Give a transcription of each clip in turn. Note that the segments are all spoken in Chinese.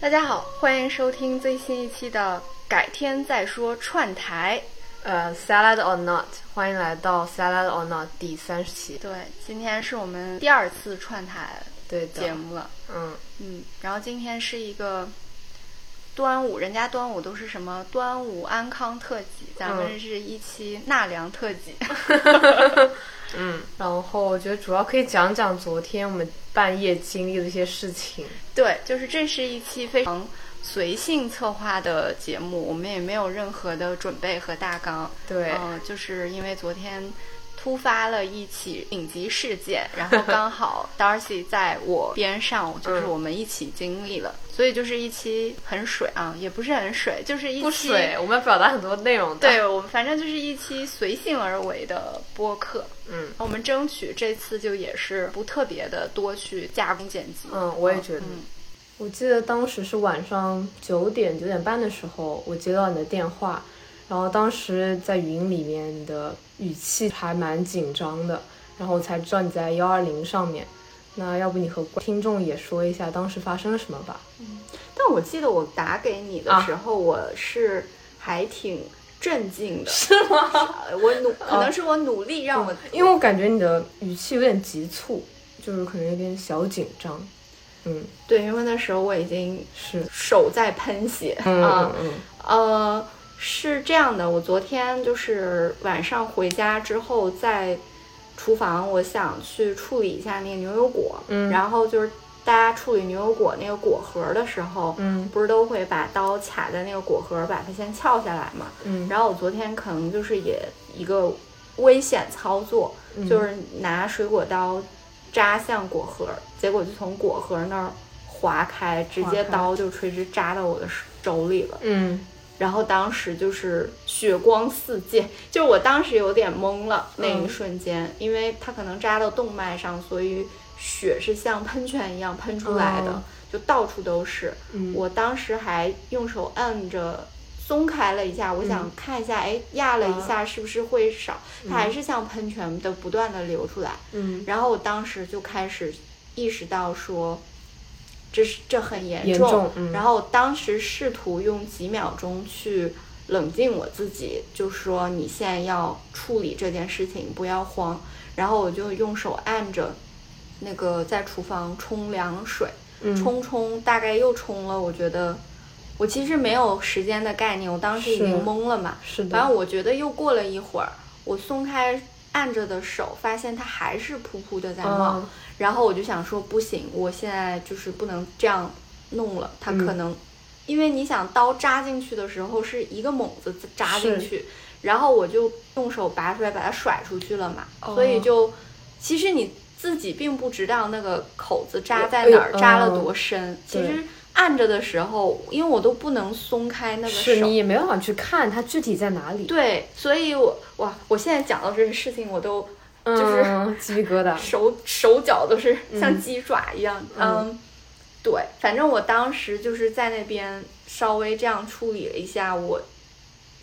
大家好，欢迎收听最新一期的《改天再说》串台。呃，Salad or Not，欢迎来到 Salad or Not 第三十期。对，今天是我们第二次串台对的，节目了。嗯，嗯，然后今天是一个端午，人家端午都是什么端午安康特辑，咱们是一期纳凉特辑。然后我觉得主要可以讲讲昨天我们半夜经历的一些事情。对，就是这是一期非常随性策划的节目，我们也没有任何的准备和大纲。对，嗯、就是因为昨天突发了一起紧急事件，然后刚好 Darcy 在我边上，就是嗯我们一起经历了，所以就是一期很水啊，也不是很水，就是一期不水，我们要表达很多内容的。，对我们反正就是一期随性而为的播客。嗯我们争取这次就也是不特别的多去加工剪辑。嗯，我也觉得。嗯我记得当时是晚上九点九点半的时候，我接到你的电话，然后当时在语音里面你的语气还蛮紧张的，然后我才知道你在幺二零上面。那要不你和观听众也说一下当时发生了什么吧？但我记得我打给你的时候，我是还挺震惊的，是吗？我努可能是我努力让我，因为我感觉你的语气有点急促，就是可能有点小紧张。嗯，对，因为那时候我已经是，手在喷血啊、嗯嗯嗯，呃，是这样的，我昨天就是晚上回家之后，在厨房，我想去处理一下那个牛油果，嗯然后就是大家处理牛油果那个果核的时候，嗯不是都会把刀卡在那个果核，把它先撬下来嘛，嗯然后我昨天可能就是也一个危险操作，嗯就是拿水果刀扎向果核，结果就从果核那儿划开，直接划开刀就垂直扎到我的手里了。嗯然后当时就是血光四溅，就是我当时有点懵了那嗯一瞬间，因为它可能扎到动脉上，所以血是像喷泉一样喷出来的，哦就到处都是。嗯我当时还用手按着。松开了一下，我想看一下，哎、压了一下，是不是会少？它还是像喷泉的不断的流出来。嗯，然后我当时就开始意识到说，这是这很严严重嗯然后我当时试图用几秒钟去冷静我自己，就说你现在要处理这件事情，不要慌。然后我就用手按着那个在厨房冲凉水，嗯冲冲大概又冲了，我觉得。我其实没有时间的概念，我当时已经是懵了嘛。是反的，正我觉得又过了一会儿，我松开按着的手，发现它还是扑扑的在冒。嗯然后我就想说，不行，我现在就是不能这样弄了。它嗯可能，因为你想刀扎进去的时候是一个猛子扎进去，然后我就用手拔出来把它甩出去了嘛，哦所以就其实你自己并不知道那个口子扎在哪儿，哎呦扎了嗯多深。其对实按着的时候，因为我都不能松开那个手，是你也没办法去看它具体在哪里，对，所以我哇，我现在讲到这个事情，我都就是嗯，鸡皮疙瘩，手手脚都是像鸡爪一样。嗯嗯对，反正我当时就是在那边稍微这样处理了一下，我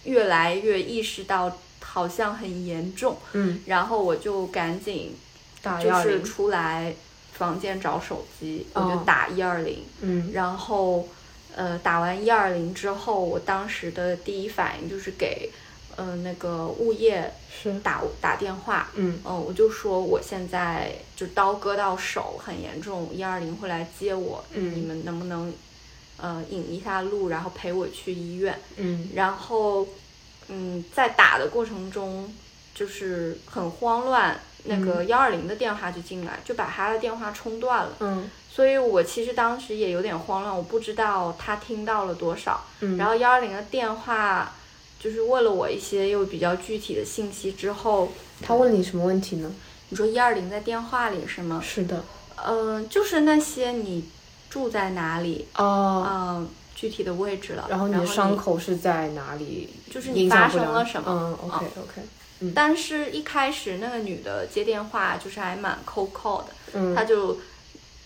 越来越意识到好像很严重，嗯，然后我就赶紧打就幺是零，出来房间找手机，我就哦打一二零。嗯然后，呃，打完一二零之后，我当时的第一反应就是给，呃，那个物业是，打打电话，嗯嗯、我就说我现在就刀割到手很严重，一二零会来接我，嗯你们能不能，呃，引一下路，然后陪我去医院？嗯然后，嗯，在打的过程中就是很慌乱，那个幺二零的电话就进来，就把他的电话冲断了。嗯所以我其实当时也有点慌乱，我不知道他听到了多少。嗯，然后幺二零的电话就是问了我一些又比较具体的信息之后，他问你什么问题呢？你说一二零在电话里是吗？是的，嗯、就是那些你住在哪里，嗯、哦，具体的位置了，然后你的伤口是在哪里？就是你影响发不生了良什么嗯，OK OK，但是，一开始那个女的接电话就是还蛮 cold call 的，嗯她就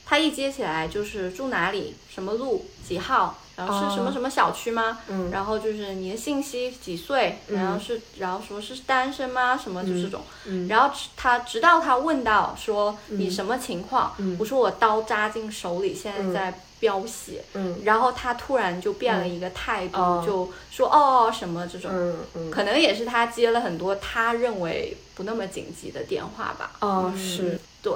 她一接起来就是住哪里、什么路、几号，然后哦是什么什么小区吗？嗯然后就是你的信息几岁，然后是、然后说是单身吗？什么就这种。嗯然后直她直到她问到说你什么情况，嗯我说我刀扎进手里，现在在飙血。嗯然后她突然就变了一个态度，哦就说哦什么这种。嗯嗯，可能也是他接了很多他认为不那么紧急的电话吧。哦是，对，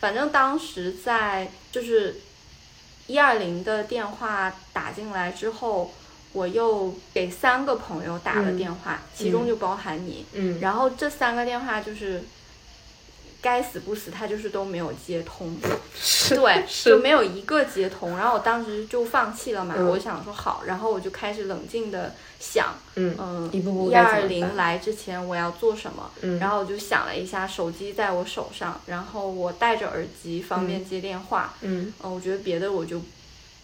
反正当时在就是一二零的电话打进来之后，我又给三个朋友打了电话，其中就包含你。嗯然后这三个电话就是该死不死，他就是都没有接 通。对，是就没有一个接通。然后我当时就放弃了嘛，嗯我想说好，然后我就开始冷静的想，嗯嗯，一步步一该怎二么零办来之前我要做什么？嗯然后我就想了一下，手机在我手上，然后我戴着耳机方便接电话。嗯嗯，我觉得别的我就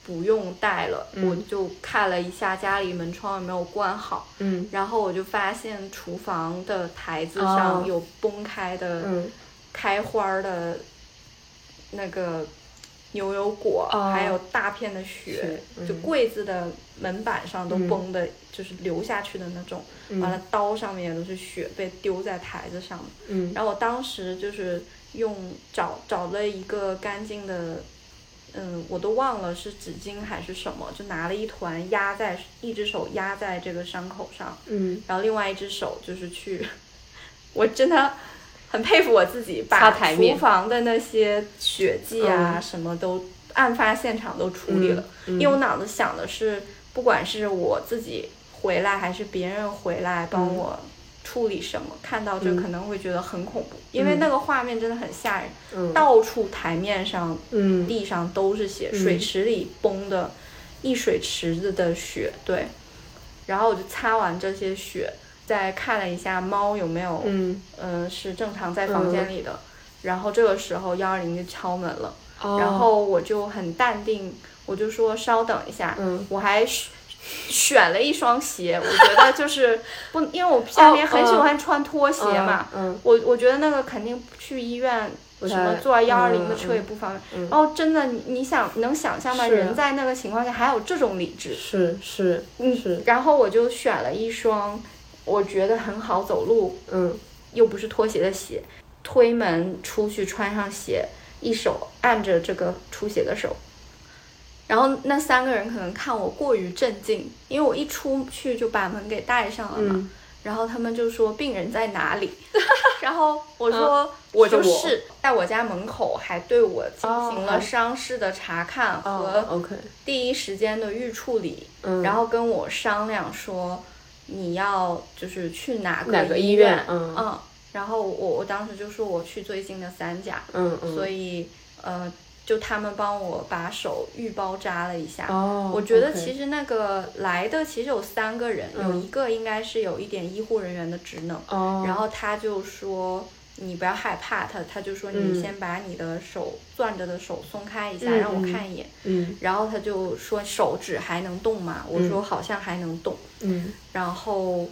不用带了，嗯我就看了一下家里门窗有没有关好，嗯然后我就发现厨房的台子上哦有崩开的、嗯开花儿的那个牛油果，哦还有大片的雪，雪就嗯柜子的门板上都嗯崩的，就是流下去的那种。嗯完了，刀上面也都是血，被丢在台子上面。嗯然后我当时就是用找找了一个干净的，嗯，我都忘了是纸巾还是什么，就拿了一团压在一只手压在这个伤口上，嗯，然后另外一只手就是去，我真的很佩服我自己，擦把台厨面房的那些血迹啊、嗯什么都案发现场都处理了，嗯嗯因为我脑子想的是，不管是我自己回来还是别人回来帮我。处理什么？看到这嗯可能会觉得很恐怖，因为那个画面真的很吓人，嗯到处台面上、嗯地上都是血，嗯水池里崩的一水池子的血，对。然后我就擦完这些血，再看了一下猫有没有，嗯呃是正常在房间里的。然后这个时候幺二零就敲门了，哦然后我就很淡定，我就说稍等一下，嗯我还选选了一双鞋，我觉得就是不，因为我夏天很喜欢穿拖鞋嘛，嗯我我觉得那个肯定去医院不什太么坐幺二零嗯的车也嗯不方便。嗯然后真的，你你想能想象吗？是啊人在那个情况下还有这种理智？是是是然后我就选了一双我觉得很好走路嗯又不是拖鞋的鞋，推门出去穿上鞋，一手按着这个出血的手。然后那三个人可能看我过于镇静，因为我一出去就把门给带上了嘛。嗯然后他们就说病人在哪 里，然后我说、我就是嗯我是在我家门口，还对我进行了哦伤势的查看哦和，OK，第一时间的预处理，嗯，然后跟我商量说你要就是去哪哪个个医医院嗯嗯然后我我当时就说我去最近的三甲，嗯嗯，所以呃就他们帮我把手预包扎了一下，哦，我觉得其实实那个来的其实有三个人，有嗯一个应该是有一点医护人员的职能，哦，然后他就说你不要害怕他，他就说你嗯先把你的手攥着的手松开一下，嗯让我嗯看一眼。嗯然后他就说手指还能动吗？我说嗯好像还能动。嗯然后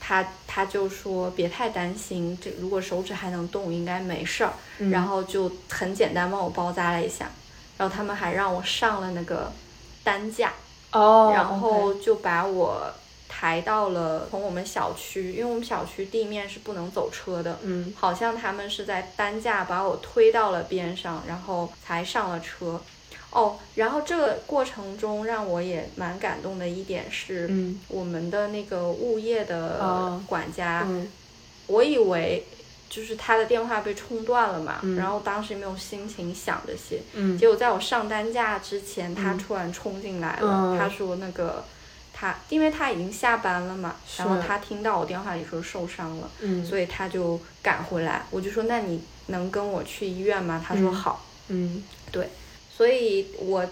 他他就说别太担心，这如果手指还能动，应该没事儿。嗯然后就很简单帮我包扎了一下，然后他们还让我上了那个担架。哦，然后就把我抬到了从我们小区，因为我们小区地面是不能走车的，嗯好像他们是在担架把我推到了边上，然后才上了车。哦，然后这个过程中让我也蛮感动的一点是，嗯我们的那个物业的哦管家，嗯我以为就是他的电话被冲断了嘛，嗯然后当时没有心情想这些，嗯结果在我上担架之前，他突然冲进来了，嗯他说那个他，因为他已经下班了嘛，是然后他听到我电话里说受伤了，嗯所以他就赶回来，我就说那你能跟我去医院吗？他说嗯好，嗯对，所以我，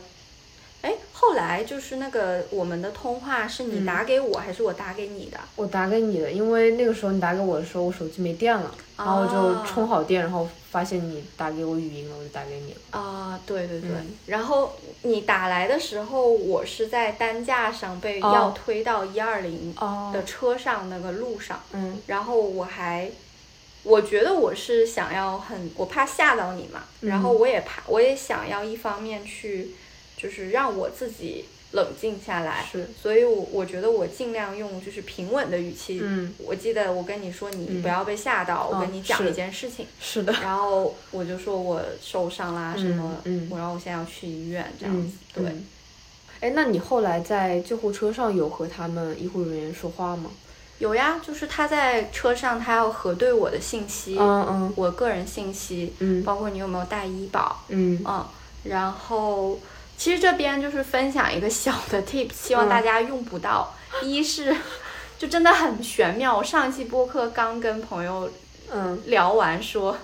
哎，后来就是那个我们的通话是嗯你打给我、还是我打给你的？我打给你的，因为那个时候你打给我的时候，我手机没电了，然后我就充好电，然后发现你打给我语音了，我就打给你了。啊、对对对、嗯然后你打来的时候，我是在担架上被药哦推到一二零哦的车上那个路上，嗯然后我还，我觉得我是想要很，我怕吓到你嘛，嗯然后我也怕，我也想要一方面去，就是让我自己冷静下来，是所以我我觉得我尽量用就是平稳的语气，嗯，哦我记得我跟你说你不要被吓到，我跟你讲是一件事情，是的，然后我就说我受伤啦什么，嗯嗯我然后我现在要去医院这样子，对。嗯。哎，那你后来在救护车上有和他们医护人员说话吗？有呀，就是他在车上，他要核对我的信息，嗯嗯我个人信息，嗯包括你有没有带医保，嗯嗯，然后其实这边就是分享一个小 的 tips，希嗯望大家用不到。一是就真的很玄妙，我上一期播客刚跟朋友嗯，聊完说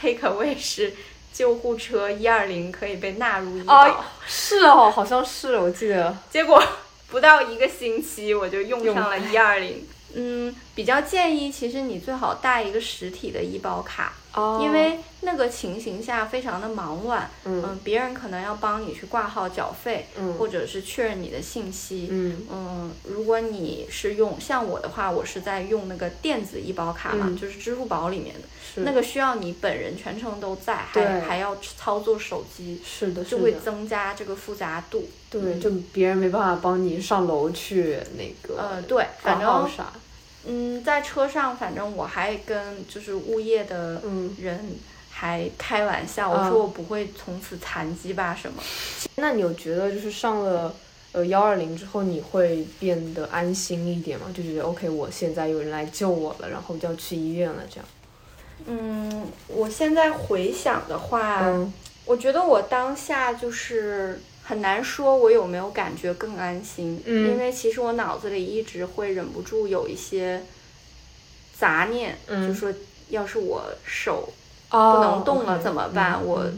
，take away 是救护车一二零可以被纳入医保，哦，是哦，好像是，我记得，结果不到一个星期我就用用上了一二零。嗯，比较建议其实你最好带一个实体的医保卡，哦因为那个情形下非常的忙乱，嗯别人可能要帮你去挂号缴费，嗯或者是确认你的信息，嗯嗯如果你是用像我的话，我是在用那个电子医保卡嘛，嗯就是支付宝里面的是那个需要你本人全程都在，还对还要操作手机，是的，哦就是会的增加这个复杂度。对，就别人没办法帮你上楼去那个呃对挂反正号啥，嗯，在车上，反正我还跟就是物业的嗯人还开玩笑，我啊说我不会从此残疾吧什么。那你有觉得就是上了呃幺二零之后，你会变得安心一点吗？就觉得 OK，我现在有人来救我了，然后就要去医院了这样。嗯，我现在回想的话，嗯我觉得我当下就是很难说，我有没有感觉更安心？嗯因为其实我脑子里一直会忍不住有一些杂念，嗯就说要是我手哦不能动了 OK，怎么办？嗯我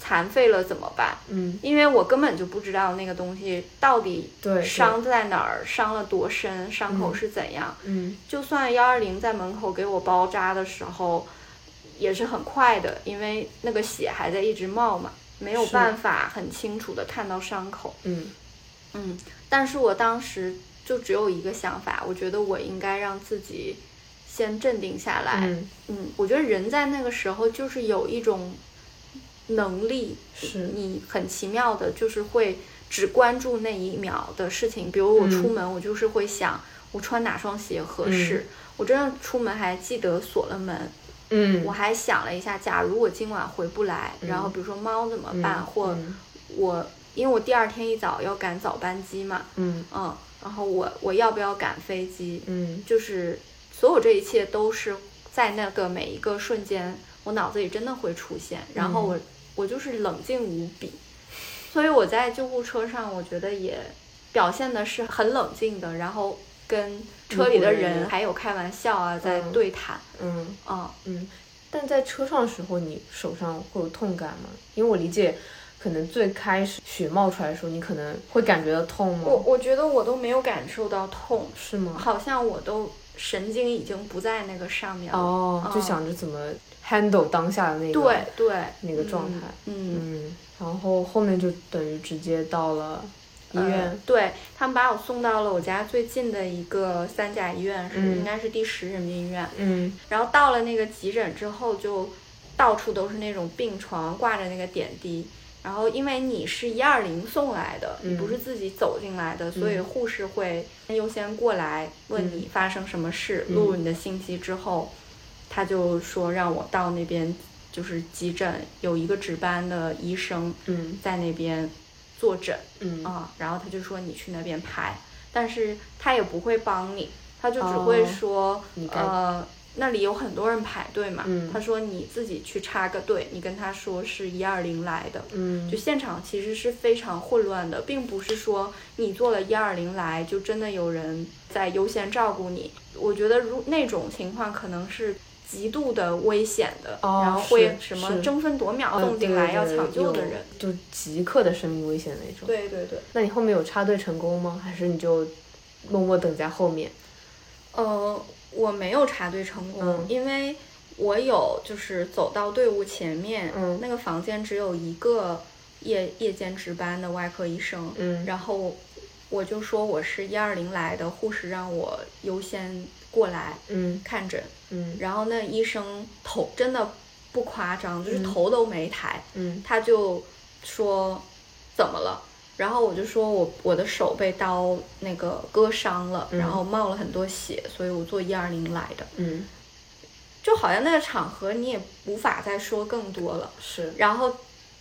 残废了怎么办？嗯因为我根本就不知道那个东西到底对对伤在哪儿，伤了多深，伤口是怎样。嗯就算幺二零在门口给我包扎的时候，也是很快的，因为那个血还在一直冒嘛，没有是办法很清楚的看到伤口。嗯嗯，但是我当时就只有一个想法，我觉得我应该让自己先镇定下来。嗯嗯，我觉得人在那个时候就是有一种能力，是嗯你很奇妙的，就是会只关注那一秒的事情。比如我出嗯门，我就是会想我穿哪双鞋合适。我真的出门还记得锁了门，嗯我还想了一下，假如我今晚回不来，然后比如说猫怎么办，嗯或嗯我因为我第二天一早要赶早班机嘛，嗯嗯，然后我我要不要赶飞机？嗯就是所有这一切都是在那个每一个瞬间，我脑子里真的会出现，然后我、我就是冷静无比，所以我在救护车上，我觉得也表现的是很冷静的，然后跟车里的嗯人还有开玩笑啊，在嗯对谈，嗯啊、嗯，但在车上的时候，你手上会有痛感吗？因为我理解，可能最开始血冒出来的时候，你可能会感觉到痛吗？我我觉得我都没有感受到痛，是吗？好像我都神经已经不在那个上面了，哦，就嗯想着怎么 handle 当下的那个对对，那个状态。嗯。嗯嗯，然后后面就等于直接到了医呃院。对他们把我送到了我家最近的一个三甲医院，是、嗯应该是第十人民医院。嗯然后到了那个急诊之后，就到处都是那种病床，挂着那个点滴。然后因为你是一二零送来的，你嗯不是自己走进来的，所以护士会优先过来问你发生什么事，嗯录入你的信息之后，他就说让我到那边就是急诊有一个值班的医生嗯在那边坐诊。嗯，啊、然后他就说你去那边拍，但是他也不会帮你，他就只会哦说、你该呃那里有很多人排队嘛，嗯他说你自己去插个队，你跟他说是一二零来的。嗯就现场其实是非常混乱的，并不是说你做了一二零来就真的有人在优先照顾你。我觉得如那种情况可能是极度的危险的，哦然后会是什么是争分夺秒啊送进对来对要对抢救的有人。就即刻的生命危险那种。对对对，那你后面有插队成功吗？还是你就默默等在后面？呃，我没有插队成功，嗯因为我有就是走到队伍前面，嗯那个房间只有一个夜夜间值班的外科医生，嗯然后我就说我是一二零来的，护士让我优先过来嗯看诊，嗯然后那医生头真的不夸张，就是嗯头都没抬，嗯他就说怎么了？然后我就说我我的手被刀那个割伤了，嗯然后冒了很多血，所以我做一二零来的。嗯，就好像那个场合你也无法再说更多了。是然后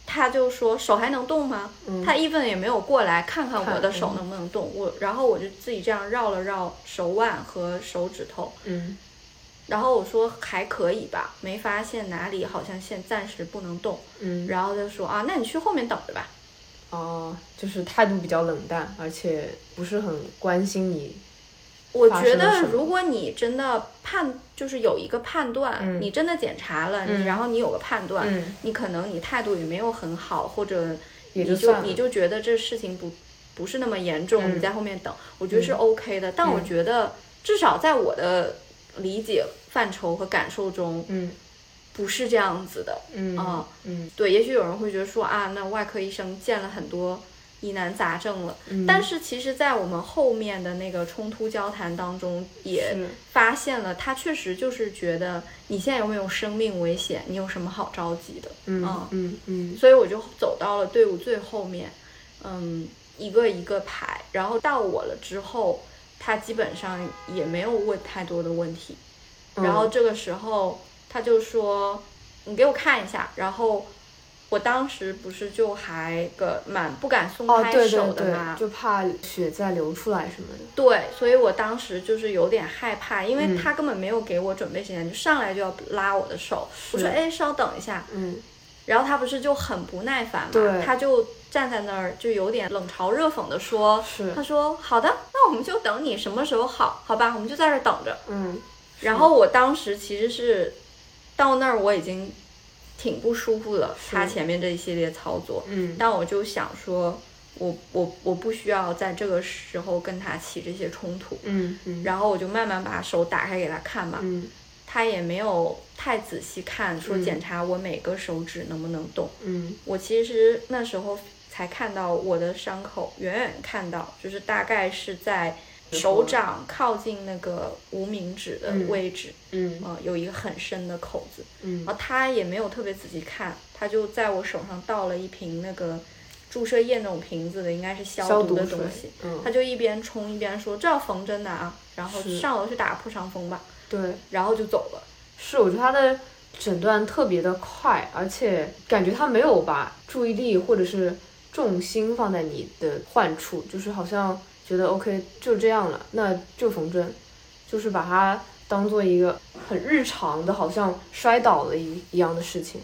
他就说手还能动吗？嗯他 even 也没有过来看看我的看手嗯能不能动。我然后我就自己这样绕了绕手腕和手指头，嗯然后我说还可以吧，没发现哪里好像现暂时不能动。嗯，然后就说啊，那你去后面等着吧。哦，就是态度比较冷淡，而且不是很关心你。我发觉生了什得，么如果你真的判，就是有一个判断，嗯你真的检查了，嗯你然后你有个判断，嗯你可能你态度也没有很好，或者你也就就算了你就觉得这事情不不是那么严重，嗯你在后面等，我觉得是 OK 的。但我嗯觉得，至少在我的理解范畴和感受中，嗯不是这样子的。嗯啊嗯对，也许有人会觉得说啊，那外科医生见了很多疑难杂症了，嗯但是其实，在我们后面的那个冲突交谈当中，也是发现了他确实就是觉得你现在有没有生命危险，你有什么好着急的？嗯嗯嗯所以我就走到了队伍最后面，嗯，一个一个排，然后到我了之后，他基本上也没有问太多的问题，嗯然后这个时候他就说：“嗯你给我看一下。”然后我当时不是就还个蛮不敢松哦开对手对的嘛，对，就怕血再流出来什么的。对所以我当时就是有点害怕，因为嗯他根本没有给我准备时间，就上来就要拉我的手。我说：“哎，稍等一下。嗯”然后他不是就很不耐烦嘛对，他就站在那儿就有点冷嘲热讽的说是：“他说好的，那我们就等你什么时候好，好吧，我们就在这儿等着。”嗯然后我当时其实是到那儿我已经挺不舒服了，是他前面这一系列操作，嗯但我就想说，我我我不需要在这个时候跟他起这些冲突，嗯嗯，然后我就慢慢把手打开给他看嘛，嗯他也没有太仔细看，说嗯检查我每个手指能不能动。嗯我其实那时候才看到我的伤口，远远看到，就是大概是在手掌靠近那个无名指的位置，嗯呃，有一个很深的口子。嗯然后他也没有特别仔细看，他就在我手上倒了一瓶那个注射液那种瓶子的，应该是消消毒毒的水东西。嗯他就一边冲一边说：“这要缝针的啊！”然后是上楼去打破伤风吧，对。然后就走了。是，我觉得他的诊断特别的快，而且感觉他没有把注意力或者是重心放在你的患处，就是好像觉得 OK 就这样了，那就缝针，就是把它当做一个很日常的，好像摔倒了一一样的事情。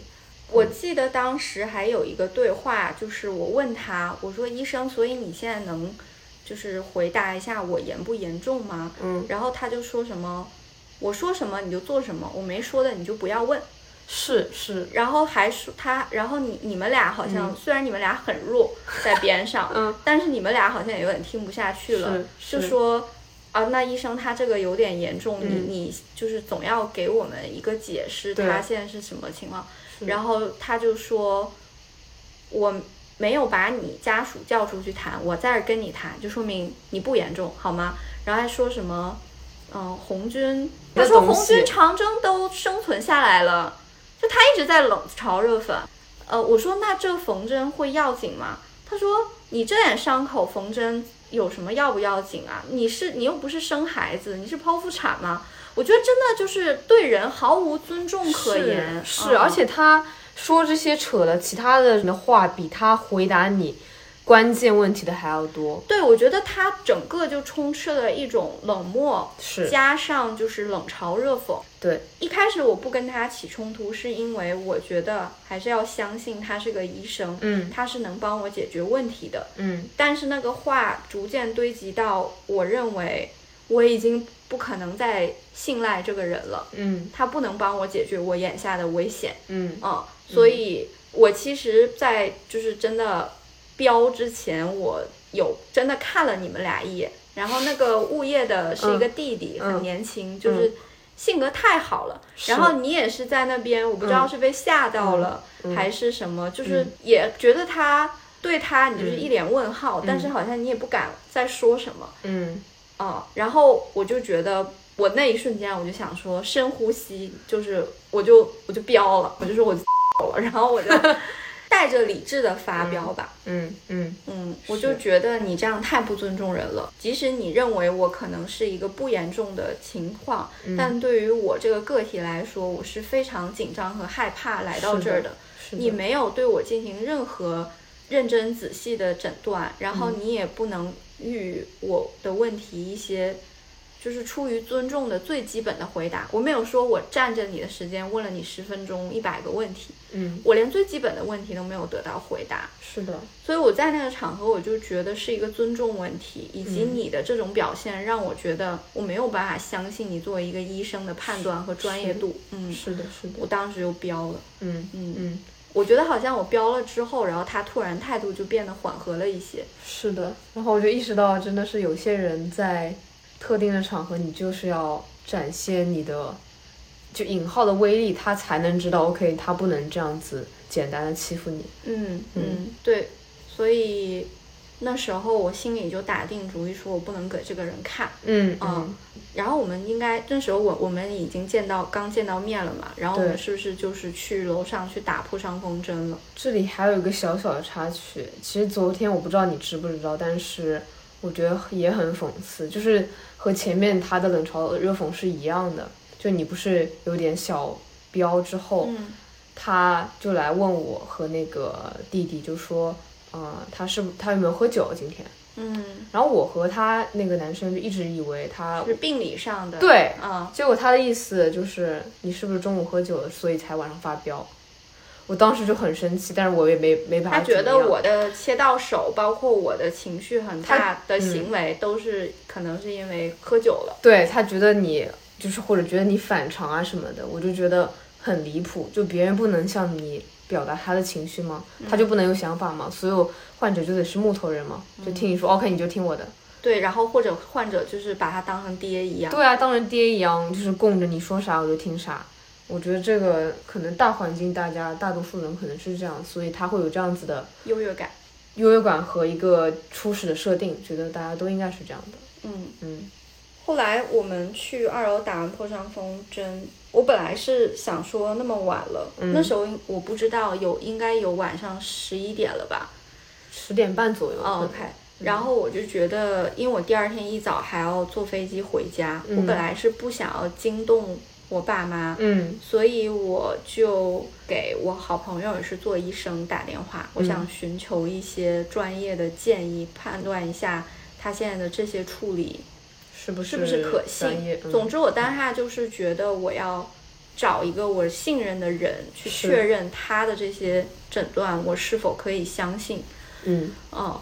我记得当时还有一个对话，就是我问他，我说医生，所以你现在能就是回答一下我严不严重吗？嗯，然后他就说什么，我说什么你就做什么，我没说的你就不要问。是是，然后还说他，然后你你们俩好像、虽然你们俩很弱在边上， 嗯，但是你们俩好像也有点听不下去了，是就是说啊，那医生他这个有点严重，嗯你你就是总要给我们一个解释，对他现在是什么情况。是然后他就说，我没有把你家属叫出去谈，我在这跟你谈，就说明你不严重，好吗？然后还说什么，嗯、红军，那他说东红西军长征都生存下来了，就他一直在冷嘲热讽。呃，我说那这缝针会要紧吗？他说你这点伤口缝针有什么要不要紧啊？你是你又不是生孩子，你是剖腹产吗？我觉得真的就是对人毫无尊重可言，是，嗯而且他说这些扯的其他的话，比他回答你关键问题的还要多。对，我觉得他整个就充斥了一种冷漠，是加上就是冷嘲热讽。对，一开始我不跟他起冲突，是因为我觉得还是要相信他是个医生，嗯他是能帮我解决问题的。嗯但是那个话逐渐堆积到，我认为我已经不可能再信赖这个人了，嗯他不能帮我解决我眼下的危险，嗯嗯，所以我其实，在就是真的标之前，我有真的看了你们俩一眼，然后那个物业的是一个弟弟，嗯很年轻，就是性格太好了，是然后你也是在那边，我不知道是被吓到了、嗯嗯还是什么，就是也觉得他对他你就是一脸问号，但是好像你也不敢再说什么。嗯啊、然后我就觉得，我那一瞬间我就想说，深呼吸，就是我就我就飙了，我就说我 了，然后我 就带着理智的发飙吧，嗯嗯嗯，我就觉得你这样太不尊重人了。即使你认为我可能是一个不严重的情况，嗯但对于我这个个体来说，我是非常紧张和害怕来到这儿的。是的你没有对我进行任何认真仔细的诊断，嗯然后你也不能与我的问题一些就是出于尊重的最基本的回答。我没有说我占着你的时间问了你十分钟一百个问题，嗯我连最基本的问题都没有得到回答。是的所以我在那个场合，我就觉得是一个尊重问题，以及嗯你的这种表现让我觉得我没有办法相信你作为一个医生的判断和专业度。嗯，是的是我的当时就飙了。嗯嗯嗯我觉得好像我飙了之后，然后他突然态度就变得缓和了一些。是的，然后我就意识到真的是有些人在特定的场合，你就是要展现你的就引号的威力，他才能知道 OK，他不能这样子简单的欺负你。嗯嗯，对，所以那时候我心里就打定主意，说我不能给这个人看。嗯嗯然后我们应该那时候我我们已经见到刚见到面了嘛，然后我们对是不是就是去楼上去打破伤风针了？这里还有一个小小的插曲，其实昨天我不知道你知不知道，但是我觉得也很讽刺，就是和前面他的冷嘲热讽是一样的，就你不是有点小飙之后，嗯他就来问我和那个弟弟，就说，呃，他是不他有没有喝酒今天？嗯，然后我和他那个男生就一直以为他呃是病理上的。对，啊，结果他的意思就是你是不是中午喝酒了，所以才晚上发飙？我当时就很生气，但是我也没没把他怎觉么得样我的切到手，包括我的情绪很大的行为，都是可能是因为喝酒了。对他觉得你就是或者觉得你反常啊什么的，我就觉得很离谱。就别人不能向你表达他的情绪吗？他就不能有想法吗？所有患者就得是木头人吗？就听你说、OK 哦你就听我的。对，然后或者患者就是把他当成爹一样。对啊，当然爹一样，就是供着你说啥我就听啥。我觉得这个可能大环境，大家大多数人可能是这样，所以他会有这样子的优越感。优越感和一个初始的设定，觉得大家都应该是这样的。嗯嗯后来我们去二楼打完破伤风针，我本来是想说那么晚了，那时候我不知道有应该有晚上十一点了吧、十点半左右。 o k 然后我就觉得，因为我第二天一早还要坐飞机回家，我本来是不想要惊动我爸妈，嗯所以我就给我好朋友也是做医生打电话，我想寻求一些专业的建议，判断一下他现在的这些处理是不是是不是是可信专业？嗯、总之，我当下就是觉得我要找一个我信任的人去是确认他的这些诊断，我是否可以相信。嗯嗯，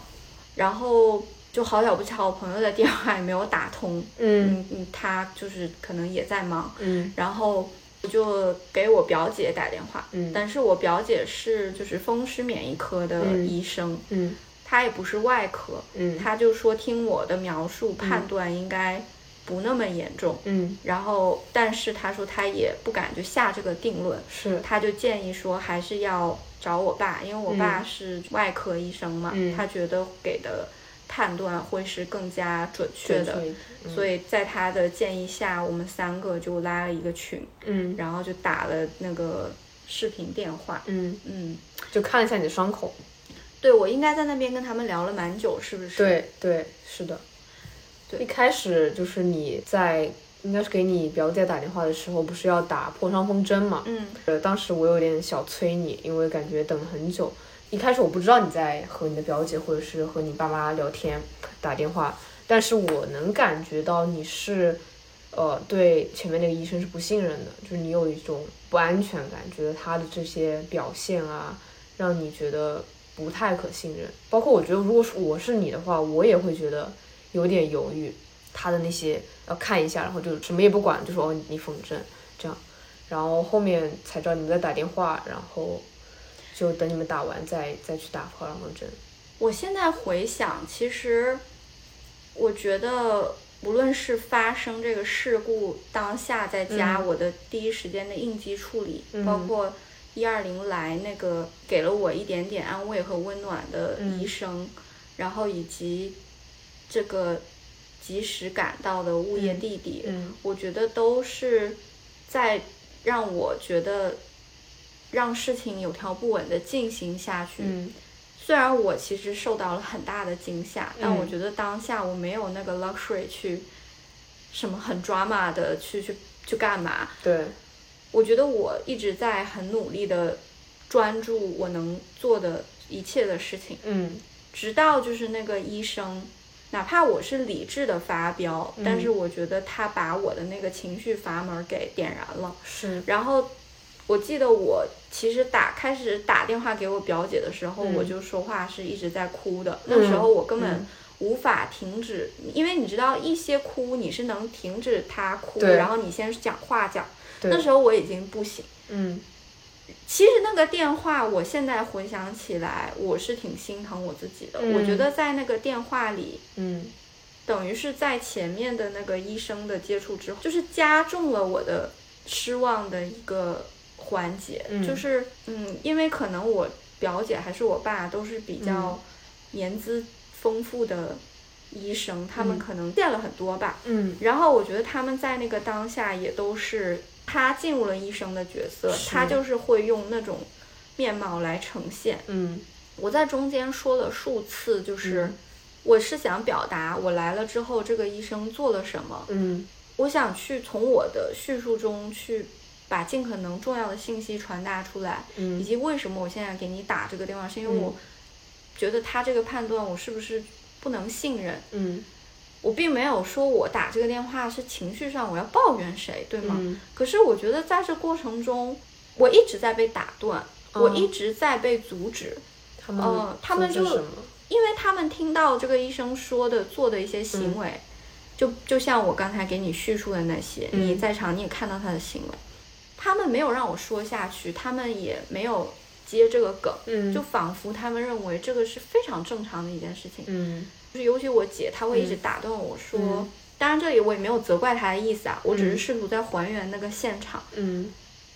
然后就好巧不巧，我朋友的电话也没有打通。嗯嗯嗯，他就是可能也在忙，嗯然后我就给我表姐打电话。嗯但是我表姐是就是风湿免疫科的医生，嗯她也不是外科，嗯她就说听我的描述判断应该不那么严重。嗯，然后，但是他说他也不敢就下这个定论，是他就建议说还是要找我爸，因为我爸是外科医生嘛，嗯他觉得给的判断会是更加准确的，对嗯所以在他的建议下，我们三个就拉了一个群，嗯然后就打了那个视频电话。嗯，嗯，就看一下你的伤口。对我应该在那边跟他们聊了蛮久，是不是？，对对，是的。对一开始就是你在应该是给你表姐打电话的时候，不是要打破伤风针嘛？嗯呃，当时我有点小催你，因为感觉等了很久。一开始我不知道你在和你的表姐或者是和你爸妈聊天、打电话，但是我能感觉到你是，呃，对前面那个医生是不信任的，就是你有一种不安全感，觉得他的这些表现啊，让你觉得不太可信任。包括我觉得，如果是我是你的话，我也会觉得有点犹豫。他的那些要看一下，然后就什么也不管，就说哦你风筝这样，然后后面才知道你们在打电话，然后就等你们打完再再去打漂亮风筝。我现在回想，其实我觉得，无论是发生这个事故当下在家，嗯我的第一时间的应急处理，嗯包括一二零来那个给了我一点点安慰和温暖的嗯医生，然后以及这个及时赶到的物业嗯弟弟，嗯我觉得都是在让我觉得让事情有条不紊的进行下去。嗯虽然我其实受到了很大的惊吓，但嗯我觉得当下我没有那个 luxury 去什么很 drama 的去去去干嘛。对，我觉得我一直在很努力的专注我能做的一切的事情，嗯直到就是那个医生，哪怕我是理智的发飙，嗯但是我觉得他把我的那个情绪阀门给点燃了。是，然后我记得我其实打开始打电话给我表姐的时候，嗯我就说话是一直在哭的。那时候我根本嗯无法停止，因为你知道一些哭你是能停止他哭，对然后你先讲话讲。对那时候我已经不行。嗯其实那个电话，我现在回想起来，我是挺心疼我自己的。嗯我觉得在那个电话里，嗯等于是在前面的那个医生的接触之后，就是加重了我的失望的一个环节，嗯就是嗯，因为可能我表姐还是我爸都是比嗯较年资丰富的医生，他们嗯可能见了很多吧，嗯然后我觉得他们在那个当下也都是他进入了医生的角色，是他就是会用那种面貌来呈现，嗯我在中间说了数次，就是嗯我是想表达我来了之后，这个医生做了什么。嗯我想去从我的叙述中去把尽可能重要的信息传达出来，以嗯及为什么我现在给你打这个电话，是因为我嗯觉得他这个判断我是不是不能信任。嗯我并没有说我打这个电话是情绪上我要抱怨谁，对吗？嗯可是我觉得在这过程中，我一直在被打断，我嗯一直在被阻止。他们呃他们做就嗯些什么？因为他们听到这个医生说的、做的一些嗯行为，就就像我刚才给你叙述的那些，嗯你在场你也看到他的行为，他们没有让我说下去，他们也没有接这个梗，嗯就仿佛他们认为这个是非常正常的一件事情。嗯就是尤其我姐，她会一直打断我说。嗯当然，这里我也没有责怪她的意思啊，我只是嗯试图在还原那个现场。嗯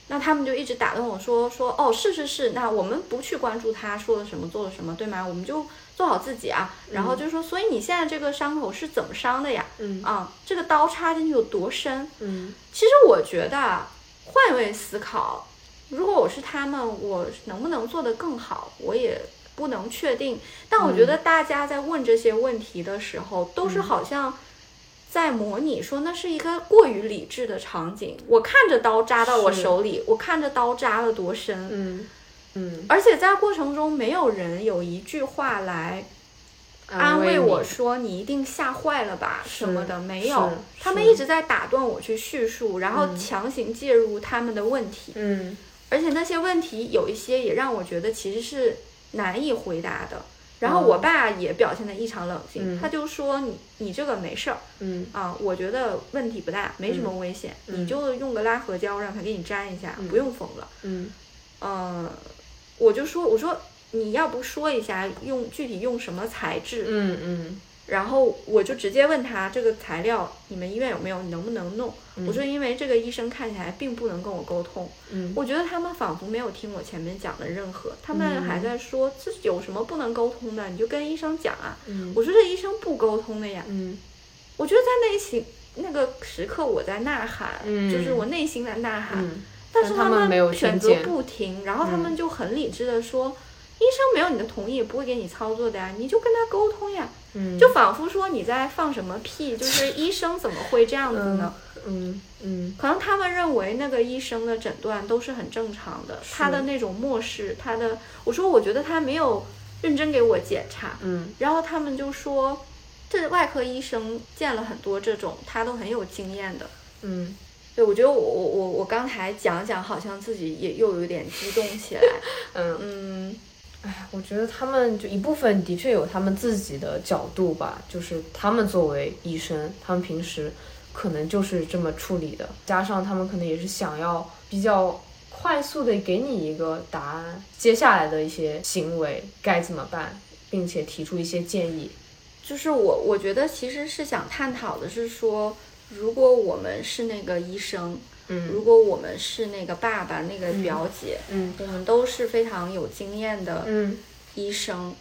那他们就一直打断我说说哦是是是，那我们不去关注他说了什么做了什么，对吗？我们就做好自己啊。然后就说，所以你现在这个伤口是怎么伤的呀？嗯啊，这个刀插进去有多深？嗯其实我觉得啊，换位思考，如果我是他们，我能不能做得更好，我也不能确定。但我觉嗯得大家在问这些问题的时候，都是好像在模拟说那是一个过于理智的场景。我看着刀扎到我是手里，我看着刀扎了多深，嗯嗯，而且在过程中没有人有一句话来安安慰我你说你一定吓坏了吧是什么的，没是有是，他们一直在打断我去叙述，然后强行介入他们的问题，嗯而且那些问题有一些也让我觉得其实是难以回答的。然后我爸也表现得异常冷静，嗯他就说你你这个没事儿嗯啊，我觉得问题不大，没什么危险，嗯你就用个拉合胶让他给你粘一下，不用缝了。嗯呃，我就说我说你要不说一下用具体用什么材质，嗯嗯然后我就直接问他这个材料你们医院有没有，你能不能弄？我说因为这个医生看起来并不能跟我沟通，嗯我觉得他们仿佛没有听我前面讲的任何，他们还在说、这有什么不能沟通的，你就跟医生讲啊。嗯我说这医生不沟通的呀，嗯我觉得在内心那个时刻我在呐喊，嗯就是我内心在呐喊，嗯但是但他们没有们听选择见嗯不听，然后他们就很理智的说。医生没有你的同意，也不会给你操作的呀，你就跟他沟通呀。嗯就仿佛说你在放什么屁，就是医生怎么会这样子呢？嗯嗯可能他们认为那个医生的诊断都是很正常的，他的那种漠视，他的我说我觉得他没有认真给我检查，嗯然后他们就说这外科医生见了很多这种，他都很有经验的。嗯对，我觉得我我我我刚才讲讲，好像自己也又有点激动起来。嗯，嗯，哎，我我觉得他们就一部分的确有他们自己的角度吧，就是他们作为医生，他们平时可能就是这么处理的，加上他们可能也是想要比较快速的给你一个答案，接下来的一些行为该怎么办，并且提出一些建议。就是我，我觉得其实是想探讨的是说，如果我们是那个医生，嗯如果我们是那个爸爸、那个表姐，嗯我们都是非常有经验的嗯医生，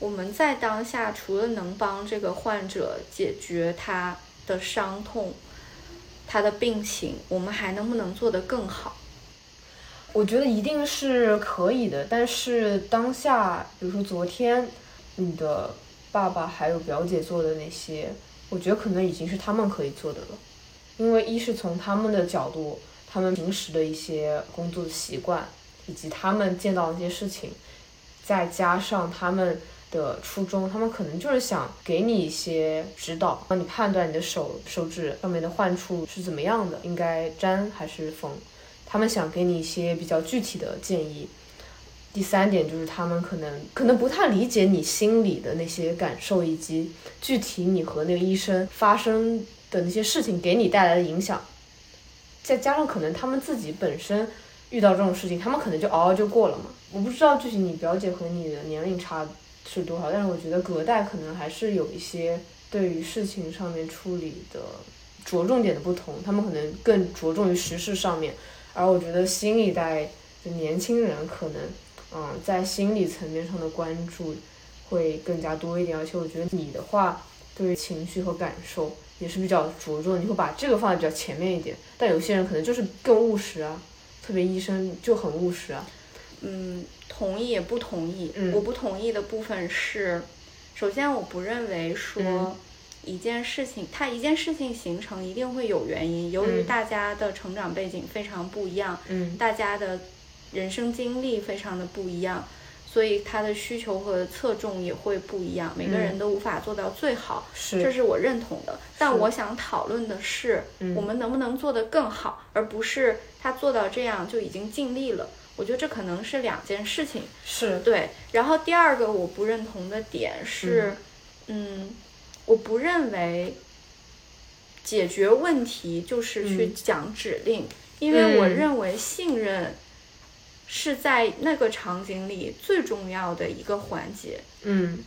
我们在当下除了能帮这个患者解决他的伤痛、他的病情，我们还能不能做得更好？我觉得一定是可以的，但是当下，比如说昨天，你的爸爸还有表姐做的那些，我觉得可能已经是他们可以做的了，因为一是从他们的角度，他们平时的一些工作的习惯，以及他们见到的一些事情，再加上他们的初衷，他们可能就是想给你一些指导，让你判断你的手手指上面的患处是怎么样的，应该粘还是缝。他们想给你一些比较具体的建议。第三点就是他们可能可能不太理解你心里的那些感受，以及具体你和那个医生发生的那些事情给你带来的影响。再加上可能他们自己本身遇到这种事情，他们可能就熬熬就过了嘛。我不知道具体你表姐和你的年龄差是多少，但是我觉得隔代可能还是有一些对于事情上面处理的着重点的不同，他们可能更着重于时事上面，而我觉得新一代的年轻人可能，嗯，在心理层面上的关注会更加多一点，而且我觉得你的话对于情绪和感受也是比较着重，你会把这个放在比较前面一点，但有些人可能就是更务实啊，特别医生就很务实啊，嗯，同意也不同意。嗯我不同意的部分是，首先我不认为说嗯一件事情，它一件事情形成一定会有原因。由于嗯大家的成长背景非常不一样，嗯大家的人生经历非常的不一样，所以他的需求和侧重也会不一样。每个人都无法做到最好，这是是我认同的。但我想讨论的是，嗯我们能不能做得更好，而不是他做到这样就已经尽力了。我觉得这可能是两件事情。是，对，然后第二个我不认同的点是，嗯我不认为解决问题就是去嗯讲指令，因为我嗯认为信任是在那个场景里最重要的一个环节。嗯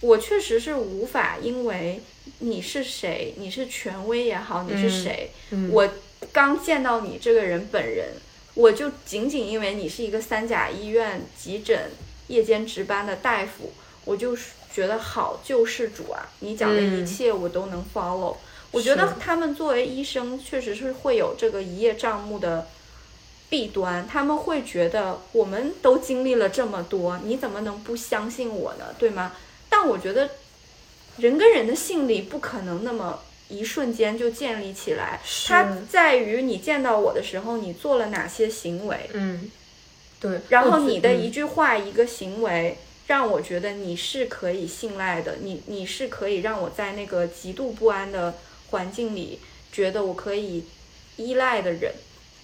我确实是无法，因为你是谁，你是权威也好，你是嗯谁，嗯我刚见到你这个人本人，我就仅仅因为你是一个三甲医院急诊夜间值班的大夫，我就觉得好救世主啊！你讲的一嗯切我都能 follow。我觉是得他们作为医生，确实是会有这个一叶障目的弊端，他们会觉得我们都经历了这么多，你怎么能不相信我呢？对吗？但我觉得人跟人的信力不可能那么一瞬间就建立起来，是它在于你见到我的时候，你做了哪些行为，嗯对，然我后觉你的嗯一句话、一个行为。让我觉得你是可以信赖的，你你是可以让我在那个极度不安的环境里，觉得我可以依赖的人，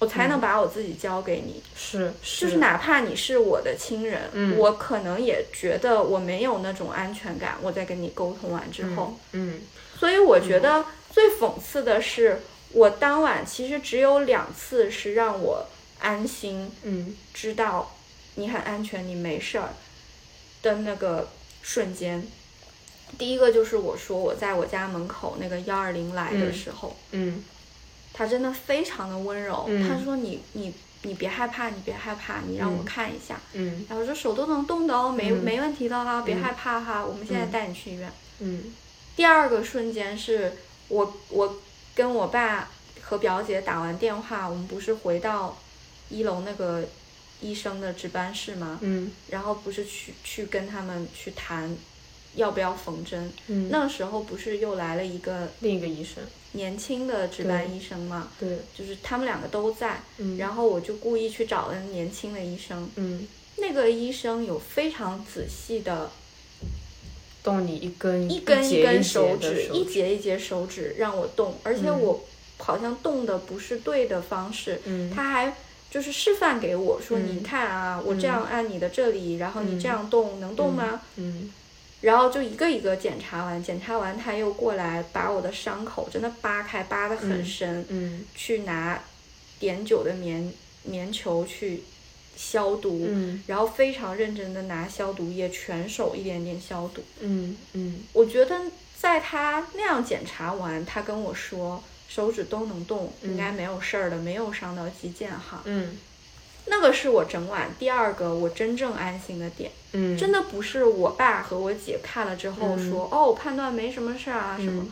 我才嗯能把我自己交给你。是就是哪怕你是我的亲人，嗯我可能也觉得我没有那种安全感。我在跟你沟通完之后，嗯所以我觉得最讽刺的是，我当晚其实只有两次是让我安心嗯知道你很安全，你没事儿的那个瞬间。第一个就是我说我在我家门口那个幺二零来的嗯时候，嗯他真的非常的温柔，嗯他说你你你别害怕，你别害怕，你让我看一下。嗯然后我说手都能动的哦，没、嗯没问题的哈，别嗯害怕哈，我们现在嗯带你去医院。嗯第二个瞬间是我我跟我爸和表姐打完电话，我们不是回到一楼那个医生的值班室吗？嗯然后不是去去跟他们去谈要不要缝针。嗯，那时候不是又来了一个另一个医生年轻的值班医生吗？对，就是他们两个都在，嗯然后我就故意去找了年轻的医生，嗯，那个医生有非常仔细的动你一根一根节一根节手的指，一节一节手指让我动，而且嗯我好像动的不是对的方式，嗯他还。就是示范给我说，你看啊，我这样按你的这里，然后你这样动能动吗？嗯然后就一个一个检查完，检查完他又过来把我的伤口真的扒开，扒得很深，嗯去拿碘酒的棉棉球去消毒，嗯然后非常认真的拿消毒液全手一点点消毒。嗯嗯我觉得在他那样检查完，他跟我说手指都能动，应该没有事儿的，没有伤到肌腱哈。嗯那个是我整晚第二个我真正安心的点，嗯，真的不是我爸和我姐看了之后说、哦判断没什么事儿啊什么，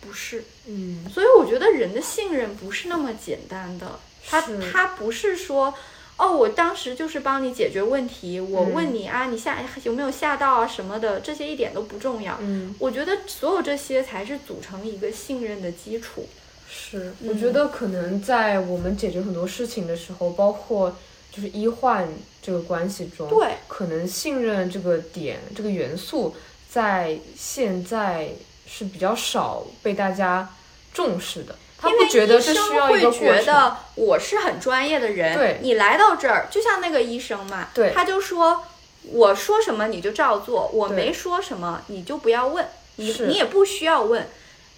不是。嗯所以我觉得人的信任不是那么简单的，他是他不是说。哦，我当时就是帮你解决问题，我嗯问你啊，你吓有没有吓到啊什么的，这些一点都不重要。嗯我觉得所有这些才是组成一个信任的基础。是，我嗯觉得可能在我们解决很多事情的时候，包括就是医患这个关系中，对，可能信任这个点这个元素在现在是比较少被大家重视的，他因不为觉得医这生需要一会个过觉程。得我是很专业的人，对你来到这儿，就像那个医生嘛，对他就说我说什么你就照做，我对没说什么你就不要问，你是你也不需要问。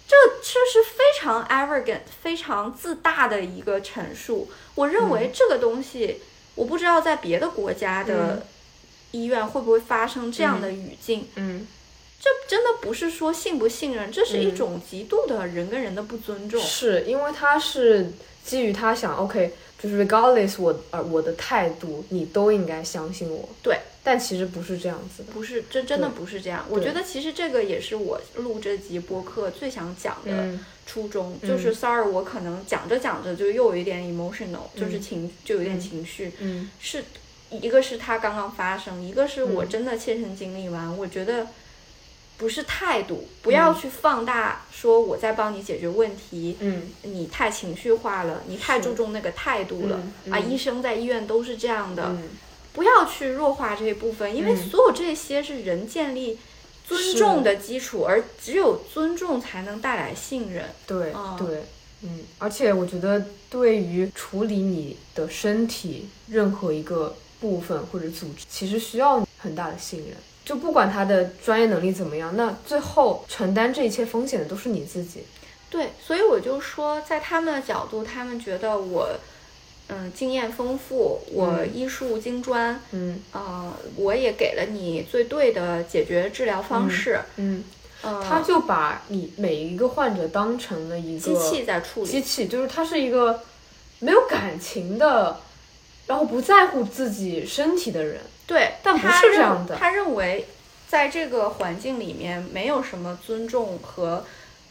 这这是非常 arrogant、非常自大的一个陈述。我认为这个东西，我不知道在别的国家嗯的医院会不会发生这样的语境，嗯，这真的不是说信不信任，这是一嗯种极度的人跟人的不尊重。是因为他是基于他想，OK，就是 regardless 我呃我的态度，你都应该相信我。对，但其实不是这样子的。不是，这真的不是这样。我觉得其实这个也是我录这集播客最想讲的嗯初衷，就是 sorry，我可能讲着讲着就又有一点 emotional，、就是情就有点情绪，嗯是一个是它刚刚发生，一个是我真的切身经历完，我觉得。不是态度，嗯不要去放大说我在帮你解决问题，嗯你太情绪化了，你太注重那个态度了、嗯啊！医生在医院都是这样的，嗯，不要去弱化这一部分，因为所有这些是人建立尊重的基础，而只有尊重才能带来信任。对、啊对，嗯，而且我觉得对于处理你的身体任何一个部分或者组织，其实需要很大的信任。就不管他的专业能力怎么样，那最后承担这一切风险的都是你自己。对，所以我就说，在他们的角度，他们觉得我，嗯，经验丰富，我医术精专，嗯呃，我也给了你最对的解决治疗方式，嗯，嗯，他就把你每一个患者当成了一个机器在处理，机器就是它是一个没有感情的，然后不在乎自己身体的人。对，但不他是这认样的他认为，在这个环境里面，没有什么尊重和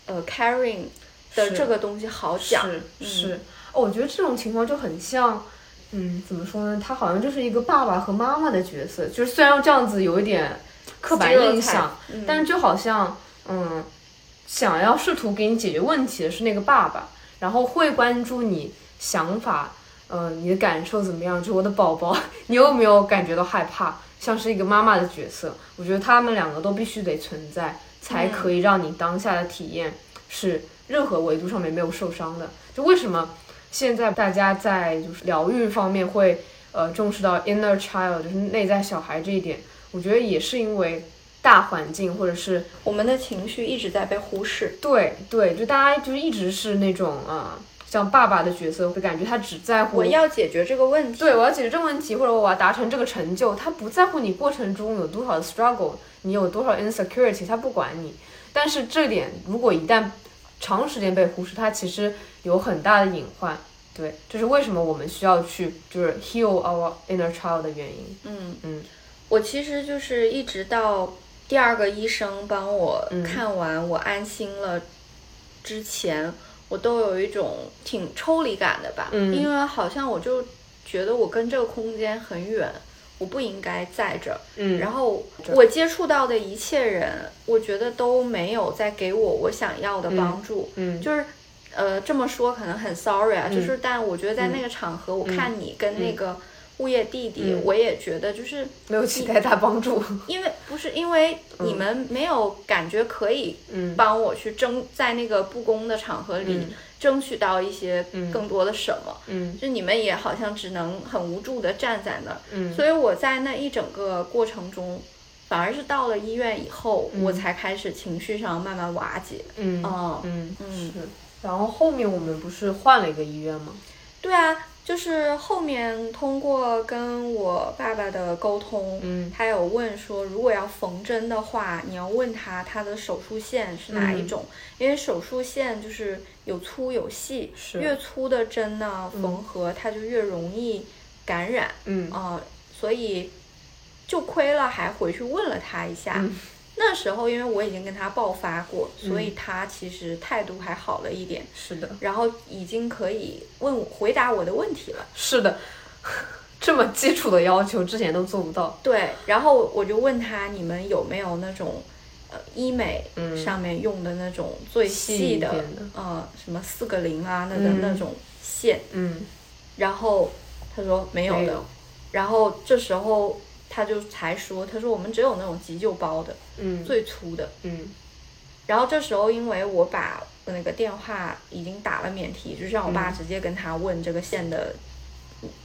呃 caring 的是这个东西好讲。是是、哦，我觉得这种情况就很像，嗯，怎么说呢？他好像就是一个爸爸和妈妈的角色，就是虽然这样子有一点刻板印象，嗯但是就好像，嗯，想要试图给你解决问题的是那个爸爸，然后会关注你想法，呃，你的感受怎么样？就是我的宝宝， 你有没有感觉到害怕？像是一个妈妈的角色，我觉得他们两个都必须得存在，才可以让你当下的体验是任何维度上面没有受伤的。就为什么现在大家在就是疗愈方面会呃重视到 inner child，就是内在小孩这一点，我觉得也是因为大环境或者是我们的情绪一直在被忽视。对对，就大家就是一直是那种啊、呃像爸爸的角色，会感觉他只在乎我要解决这个问题。对，我要解决这个问题，或者我要达成这个成就，他不在乎你过程中有多少的 struggle，你有多少 insecurity，他不管你。但是这点如果一旦长时间被忽视，它其实有很大的隐患。对，这是为什么我们需要去就是 heal our inner child 的原因。嗯嗯，我其实就是一直到第二个医生帮我嗯看完，我安心了之前，我都有一种挺抽离感的吧，嗯因为好像我就觉得我跟这个空间很远，我不应该在这儿。嗯然后我接触到的一切人，我觉得都没有在给我我想要的帮助，嗯就是。呃，这么说可能很 sorry 啊，就是，但我觉得在嗯那个场合，我看你跟那个物业弟弟，我也觉得就是没有期待他帮助。 因为不是因为你们没有感觉可以嗯帮我去争，在那个不公的场合里争取到一些嗯更多的什么。嗯就你们也好像只能很无助的站在那儿，嗯所以我在那一整个过程中，反而是到了医院以后，嗯我才开始情绪上慢慢瓦解。嗯哦嗯嗯是。然后后面我们不是换了一个医院吗？对啊，就是后面通过跟我爸爸的沟通，嗯他有问说，如果要缝针的话，你要问他他的手术线是哪嗯一种，因为手术线就是有粗有细，是越粗的针呢，嗯缝合它就越容易感染嗯啊、所以就亏了还回去问了他一下。嗯那时候因为我已经跟他爆发过，所以他其实态度还好了一点。是的，然后已经可以问我回答我的问题了。是的， 这么基础的要求之前都做不到。对，然后我就问他，你们有没有那种呃医美嗯上面用的那种最细一细的，点的呃什么四个零啊那个、嗯那种线？嗯，然后他说没有没的。有然后这时候他就才说，他说我们只有那种急救包的、嗯最粗的。嗯然后这时候，因为我把那个电话已经打了免提，就是让我爸嗯直接跟他问这个线的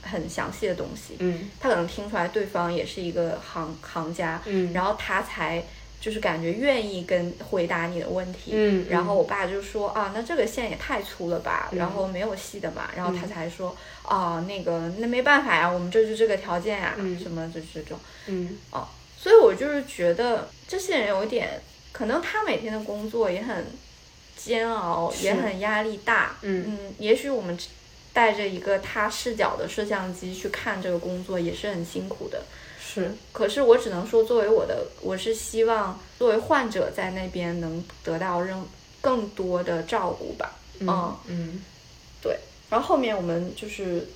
很详细的东西。嗯他可能听出来对方也是一个行行家，嗯然后他才就是感觉愿意跟回答你的问题。嗯然后我爸就说啊，那这个线也太粗了吧，然后没有细的嗯嘛。然后他才说啊，那个那没办法呀，我们这就这个条件呀，嗯什么就是这种。嗯哦，所以我就是觉得这些人有一点，可能他每天的工作也很煎熬，是也很压力大。嗯也许我们带着一个他视角的摄像机去看这个工作，也是很辛苦的。是可是我只能说，作为我的，我是希望作为患者在那边能得到任更多的照顾吧。嗯，嗯，对。然后后面我们就是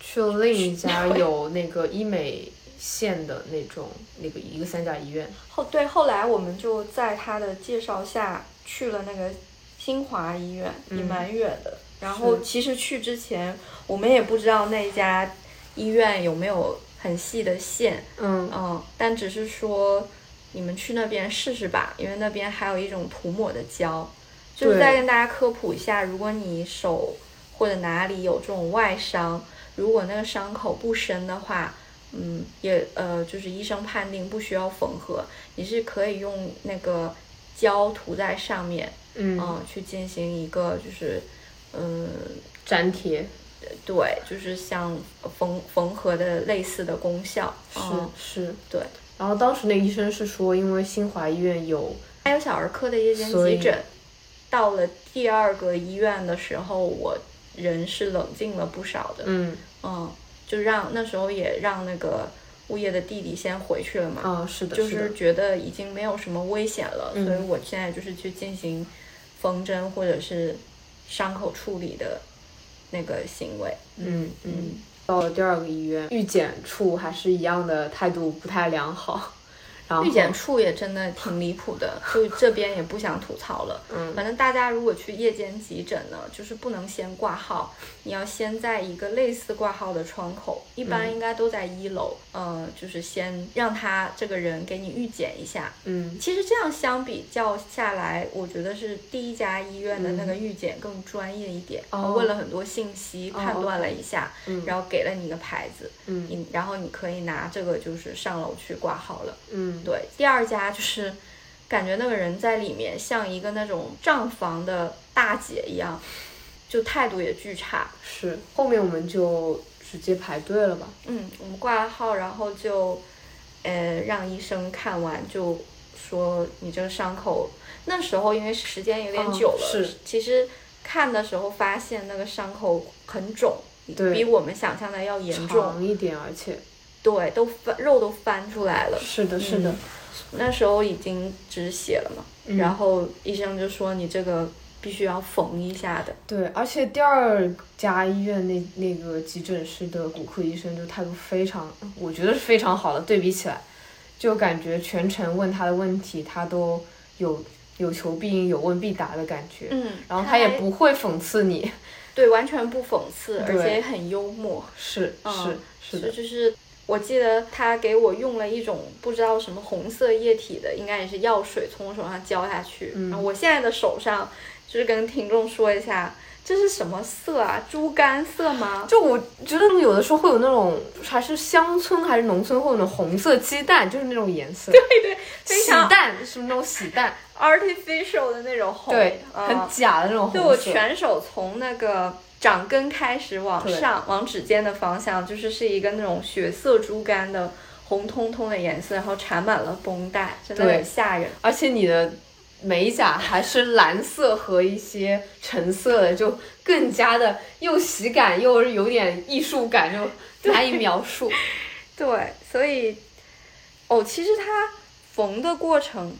去了另一家有那个医美线的那种那个一个三甲医院。后对，后来我们就在他的介绍下去了那个新华医院，也蛮远的。然后其实去之前，我们也不知道那家医院有没有很细的线，嗯嗯，但只是说你们去那边试试吧，因为那边还有一种涂抹的胶，就是对再跟大家科普一下，如果你手或者哪里有这种外伤，如果那个伤口不深的话，嗯，也呃就是医生判定不需要缝合，你是可以用那个胶涂在上面，嗯、嗯，去进行一个就是嗯。粘贴对，就是像缝缝合的类似的功效，是嗯，是。对。然后当时那个医生是说，因为新华医院有还有小儿科的夜间所以急诊。到了第二个医院的时候，我人是冷静了不少的。嗯嗯，就让那时候也让那个物业的弟弟先回去了嘛，啊是的就是是的觉得已经没有什么危险了，嗯所以我现在就是去进行缝针或者是伤口处理的那个行为。嗯嗯。到了第二个医院，预检处还是一样的态度不太良好。然后预检处也真的挺离谱的，就这边也不想吐槽了。嗯反正大家如果去夜间急诊呢，就是不能先挂号，你要先在一个类似挂号的窗口，一般应该都在一楼，呃，就是先让他这个人给你预检一下。嗯其实这样相比较下来，我觉得是第一家医院的那个预检更专业一点，嗯哦问了很多信息，哦判断了一下，嗯然后给了你一个牌子，嗯你然后你可以拿这个就是上楼去挂号了。嗯对，第二家就是感觉那个人在里面像一个那种账房的大姐一样，就态度也巨差。是。后面我们就直接排队了吧？嗯，我们挂了号，然后就呃让医生看完就说你这个伤口，那时候因为时间有点哦久了，是其实看的时候发现那个伤口很肿。对比我们想象的要严重，长一点，而且对，都翻肉都翻出来了。是的，是的，那时候已经止血了嘛，嗯然后医生就说你这个必须要缝一下的。对，而且第二家医院那那个急诊室的骨科医生就态度非常，我觉得是非常好的。对比起来，就感觉全程问他的问题，他都有有求必应、有问必答的感觉。嗯然后他也不会讽 刺你，对，完全不讽刺，而对且很幽默。是是嗯是的，就是我记得他给我用了一种不知道什么红色液体的，应该也是药水，从我手上浇下去。嗯然后我现在的手上，就是跟听众说一下，这是什么色啊？猪肝色吗？就我觉得有的时候会有那种，还是乡村还是农村会有那种红色鸡蛋，就是那种颜色，对对，非喜常蛋是那种喜蛋， artificial 的那种红，对，嗯很假的那种红色。对我全手从那个掌根开始往上，往指尖的方向，就是是一个那种血色猪肝的红彤彤的颜色，然后缠满了绷带，真的对很吓人。而且你的美甲还是蓝色和一些橙色的，就更加的又喜感又有点艺术感，就 难以描述。对，所以哦，其实它缝的过程，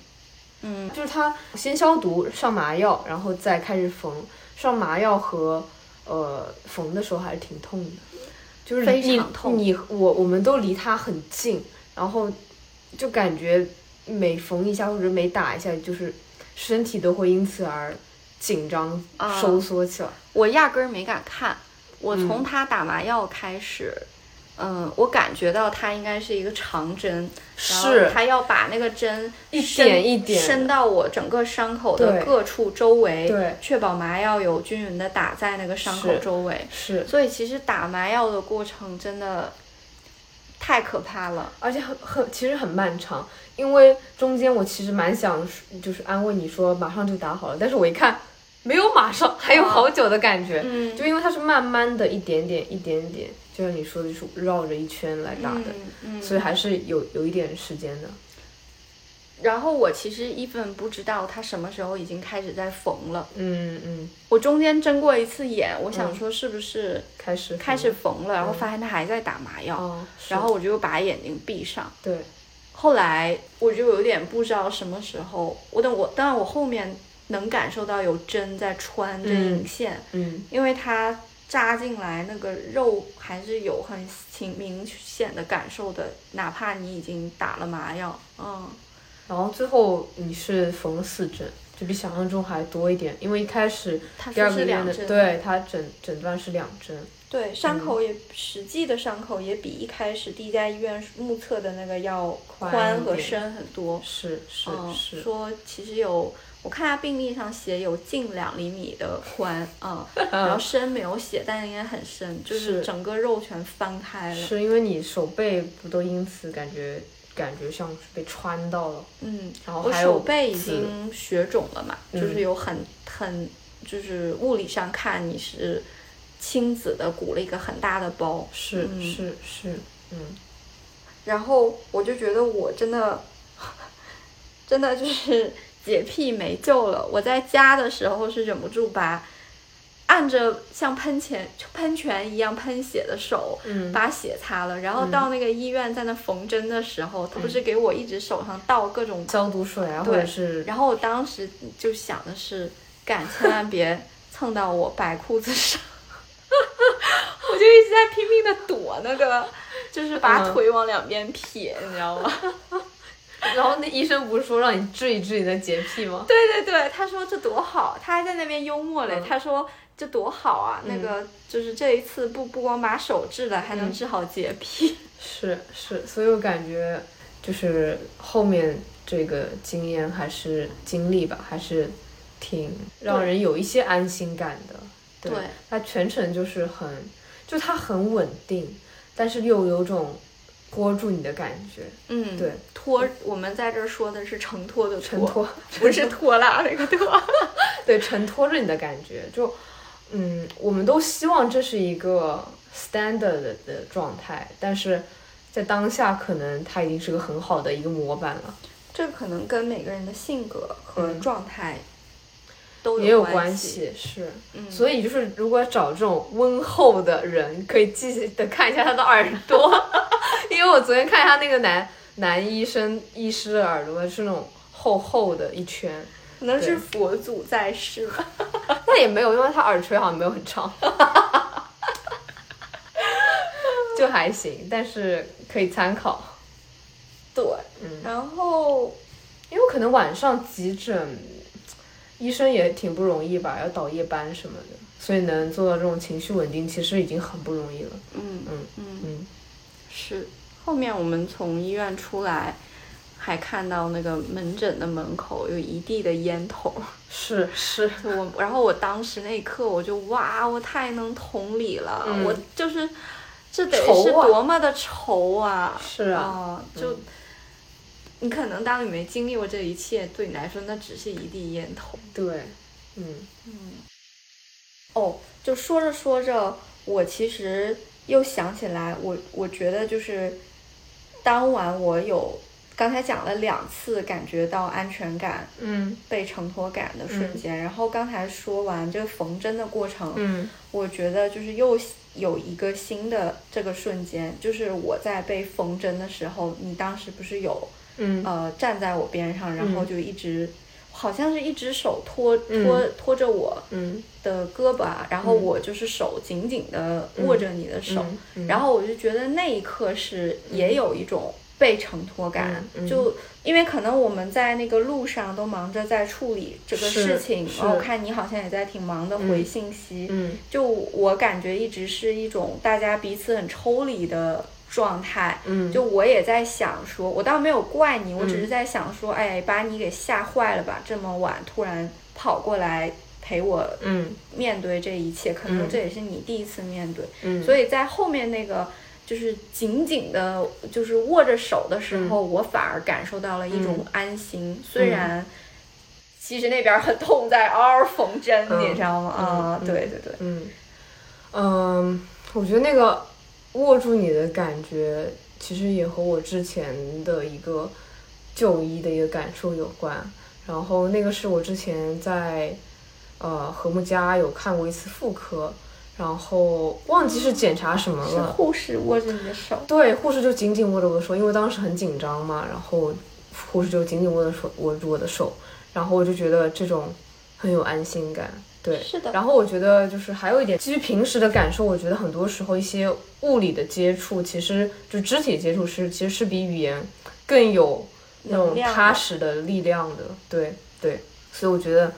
嗯，就是它先消毒，上麻药，然后再开始缝。上麻药和呃缝的时候还是挺痛的，就是非你常痛你我我们都离它很近，然后就感觉每缝一下或者每打一下，就是身体都会因此而紧张、啊收缩起来。我压根儿没敢看。我嗯从他打麻药开始，嗯，我感觉到他应该是一个长针，然后是他要把那个针一伸点一点伸到我整个伤口的对各处周围，对确保麻药有均匀的打在那个伤口是周围。是，所以其实打麻药的过程真的太可怕了。而且很很其实很漫长，因为中间我其实蛮想就是安慰你说马上就打好了，但是我一看没有马上，还有好久的感觉，啊嗯就因为它是慢慢的一点点一点点，就像你说的，就是绕着一圈来打的，嗯，所以还是有有一点时间的。然后我其实 even 不知道他什么时候已经开始在缝了。嗯嗯，我中间睁过一次眼，我想说是不是开始开始缝了，然后发现他还在打麻药，嗯哦，然后后我就把眼睛闭上。对，后来我就有点不知道什么时候，我等我，当然我后面能感受到有针在穿这嗯引线，嗯因为它扎进来那个肉还是有很挺明显的感受的，哪怕你已经打了麻药，嗯，然后最后你是缝了四针，就比想象中还多一点，因为一开始他第二说个是医两院的针，对他诊诊断是两针，对，伤口嗯也、实际的伤口也比一开始第一家医院目测的那个要宽宽一和点深很多，是是嗯，是，说其实有，我看他病历上写有近两厘米的宽 啊、然后深没有写，但应该很深，就是嗯是整个肉全翻开了。是因为你手背不都因此感觉感觉像是被穿到了，嗯，然后我还有嗯手背已紫经血肿了嘛，就是有很很就是物理上看你是青紫的鼓了一个很大的包，是、嗯是是，嗯，然后我就觉得我真的，真的就是洁癖没救了。我在家的时候是忍不住把按着像喷泉喷泉一样喷血的手，嗯把血擦了。然后到那个医院在那缝针的时候，他不嗯是给我一直手上倒各种，消毒水啊，或对者是 然后我当时就想的是，干千万别蹭到我白裤子上。 我就一直在拼命的躲那个，就是把嗯腿往两边撇，你知道吗？然后那医生不是说让你治一治你的洁癖吗？对对对，他说这多好，他还在那边幽默嘞，嗯他说这多好啊，那个就是这一次不不光把手治了，还能治好洁癖。 是是，所以我感觉就是后面这个经验还是经历吧，还是挺让人有一些安心感的。对它全程就是很，就它很稳定，但是又有种拖住你的感觉，嗯，对，拖我们在这儿说的是承托的承托，不是拖拉那个拖。对，承托着你的感觉，就，嗯，我们都希望这是一个 standard 的的状态，但是在当下可能它已经是个很好的一个模板了， 这可能跟每个人的性格和嗯状态都也有关关。系，是，嗯，所以就是如果找这种温厚的人，可以记得看一下他的耳朵， 因为我昨天看一下那个男男医生医师的耳朵是那种厚厚的一圈，可能是对佛祖在世吧。那也没有，因为他耳垂好像没有很长， 就还行，但是可以参考。嗯对，然后因为可能晚上急诊，医生也挺不容易吧，要倒夜班什么的，所以能做到这种情绪稳定，其实已经很不容易了。嗯嗯嗯嗯，是，后面我们从医院出来，还看到那个门诊的门口有一地的烟头。是是， 就我，然后我当时那一刻我就哇，我太能同理了，嗯我就是这得愁是啊多么的愁啊！是啊就、你可能当你没经历过这一切，对你来说那只是一地烟头。对，嗯哦，就说着说着，我其实又想起来，我我觉得就是当晚我有刚才讲了两次感觉到安全感、嗯被承托感的瞬间，然后刚才说完这个缝针的过程，嗯我觉得就是又有一个新的这个瞬间，就是我在被缝针的时候，你当时不是有嗯呃站在我边上，然后嗯就一直、好像是一只手拖嗯拖拖着我。嗯的胳膊啊，然后嗯我就是手紧紧的握着你的手，嗯嗯然后我就觉得那一刻是也有一种被承托感，嗯嗯就因为可能我们在那个路上都忙着在处理这个是事情，是然后我看你好像也在挺忙的回信息，嗯就我感觉一直是一种大家彼此很抽离的状态，嗯，就我也在想说，我倒没有怪你，我只是在想说，哎，把你给吓坏了吧？这么晚突然跑过来陪我嗯面对这一切，可能嗯这也是你第一次面对，嗯，所以以在后面那个就是紧紧的，就是握着手的嗯时候，我反而感受到了一种安心，虽然。其实那边很痛，在嗷嗷缝针，嗯你知道吗？啊、嗯对对对，嗯嗯，我觉得那个握住你的感觉，其实也和我之前的一个就医的一个感受有关。然后那个是我之前在呃和睦家有看过一次妇科，然后忘记是检查什么是了，护士握着你的手，对，护士就紧紧握着我的手，因为当时很紧张嘛，然后护士就紧紧握着手，握住我的手，然后我就觉得这种很有安心感。对，是的然后我觉得就是还有一点，基于平时的感受，我觉得很多时候一些物理的接触，其实就肢体接触是其实是比语言更有那种能量的踏实的力量的。对对，所以我觉得，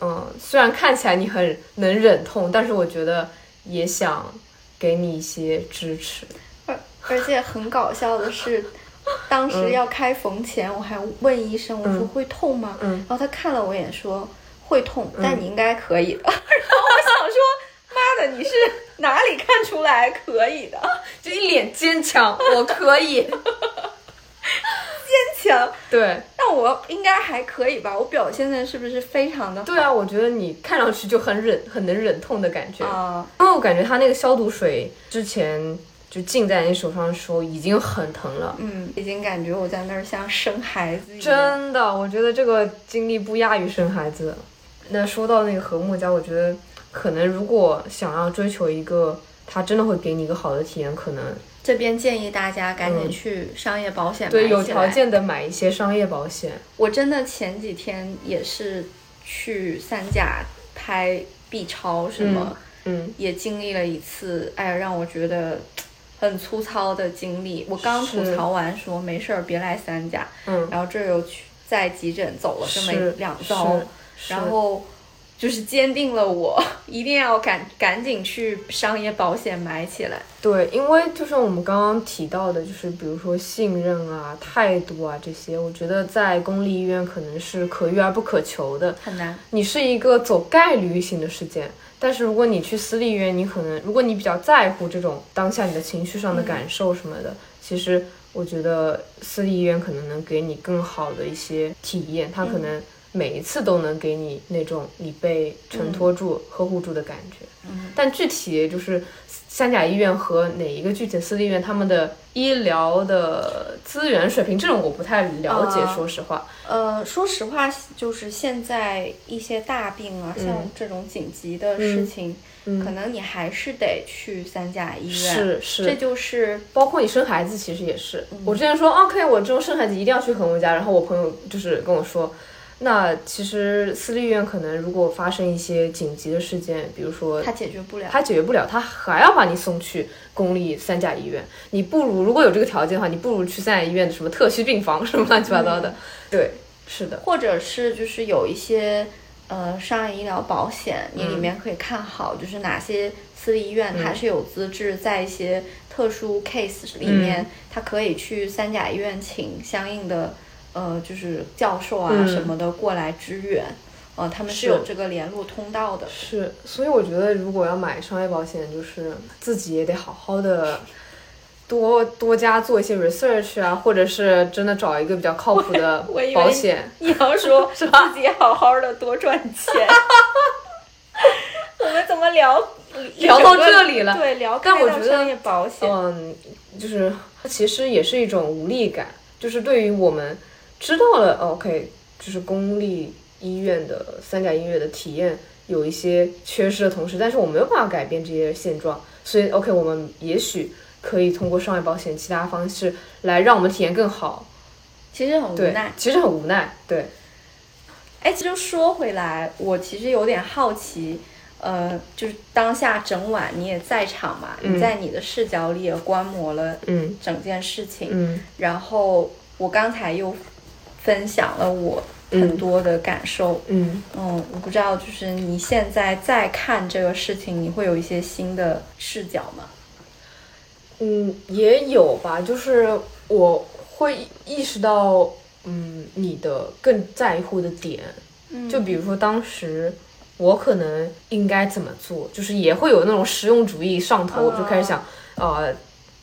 嗯，虽然看起来你很能忍痛，但是我觉得也想给你一些支持。而而且很搞笑的是，当时要开缝前，我还问医生，我说会痛吗？嗯嗯然后他看了我一眼说会痛，但你应该可以的。 然后我想说，妈的，你是哪里看出来可以的？ 就一脸坚强，我可以。坚强， 对那我应该还可以吧？我表现的是不是非常的对啊，我觉得你看上去就很忍，很能忍痛的感觉。啊？因为哦我感觉他那个消毒水之前就浸在你手上的时候已经很疼了，嗯，已经感觉我在那儿像生孩子一样。真的，我觉得这个经历不亚于生孩子。那说到那个和睦家，我觉得可能如果想要追求一个，他真的会给你一个好的体验，可能这边建议大家赶紧去商业保险、买嗯对有起条来件的买一些商业保险。我真的前几天也是去三甲拍 B 超什么，嗯也经历了一次，哎呀，让我觉得很粗糙的经历。我刚是吐槽完说没事儿别来三甲，嗯，然后这又去在急诊走了这么是两遭，是然后。就是坚定了我一定要赶赶紧去商业保险买起来。对，因为就像我们刚刚提到的，就是比如说信任啊、态度啊这些，我觉得在公立医院可能是可遇而不可求的。很难，你是一个走概率型的事件，但是如果你去私立医院，你可能如果你比较在乎这种当下你的情绪上的感受什么的，其实我觉得私立医院可能能给你更好的一些体验，它可能每一次都能给你那种你被承托住、呵护住的感觉。嗯但具体就是三甲医院和哪一个具体的私立医院，他们的医疗的资源水平，这种我不太了解，啊说实话。呃，说实话，就是现在一些大病啊，像嗯这种紧急的事情，可能你还是得去三甲医院。是是，这就是包括你生孩子，其实也是。我之前说 OK，我这种生孩子一定要去和睦家，然后我朋友就是跟我说，那其实私立医院可能如果发生一些紧急的事件，比如说他呃解决不了。他解决不了，他还要把你送去公立三甲医院。你不如如果有这个条件的话，你不如去三甲医院的什么特需病房什么乱七八糟的。对，是的，或者是就是有一些呃商业医疗保险，你里面可以看好就是哪些私立医院它是有资质，在一些嗯特殊 case 里面，它可以去三甲医院请相应的呃，就是教授啊嗯什么的过来支援，呃，他们是是有这个联络通道的。是，所以我觉得如果要买商业保险，就是自己也得好好的多多加做一些 research 啊，或者是真的找一个比较靠谱的我以为保险。你要 说自己好好的多赚 钱，我们怎么聊聊到这里了对，聊但开我到觉得商业保险，嗯，就是其实也是一种无力感，就是对于我们知道了哦 OK，就是公立医院的三甲医院的体验有一些缺失的同时，但是我没有办法改变这些现状，所以 OK，我们也许可以通过商业保险其他方式来让我们体验更好。其实很无对奈，。其实很无奈，对，哎，这就说回来，我其实有点好奇，呃，就是当下整晚你也在场嘛，你在你的视角里也观摩了嗯整件事情，嗯然后我刚才又分享了我很多的感受，嗯，嗯我不知道就是你现在再看这个事情，你会有一些新的视角吗？嗯，也有吧，就是我会意识到，嗯，你的更在乎的点，嗯就比如说当时我可能应该怎么做，就是也会有那种实用主义上头，啊就开始想，呃，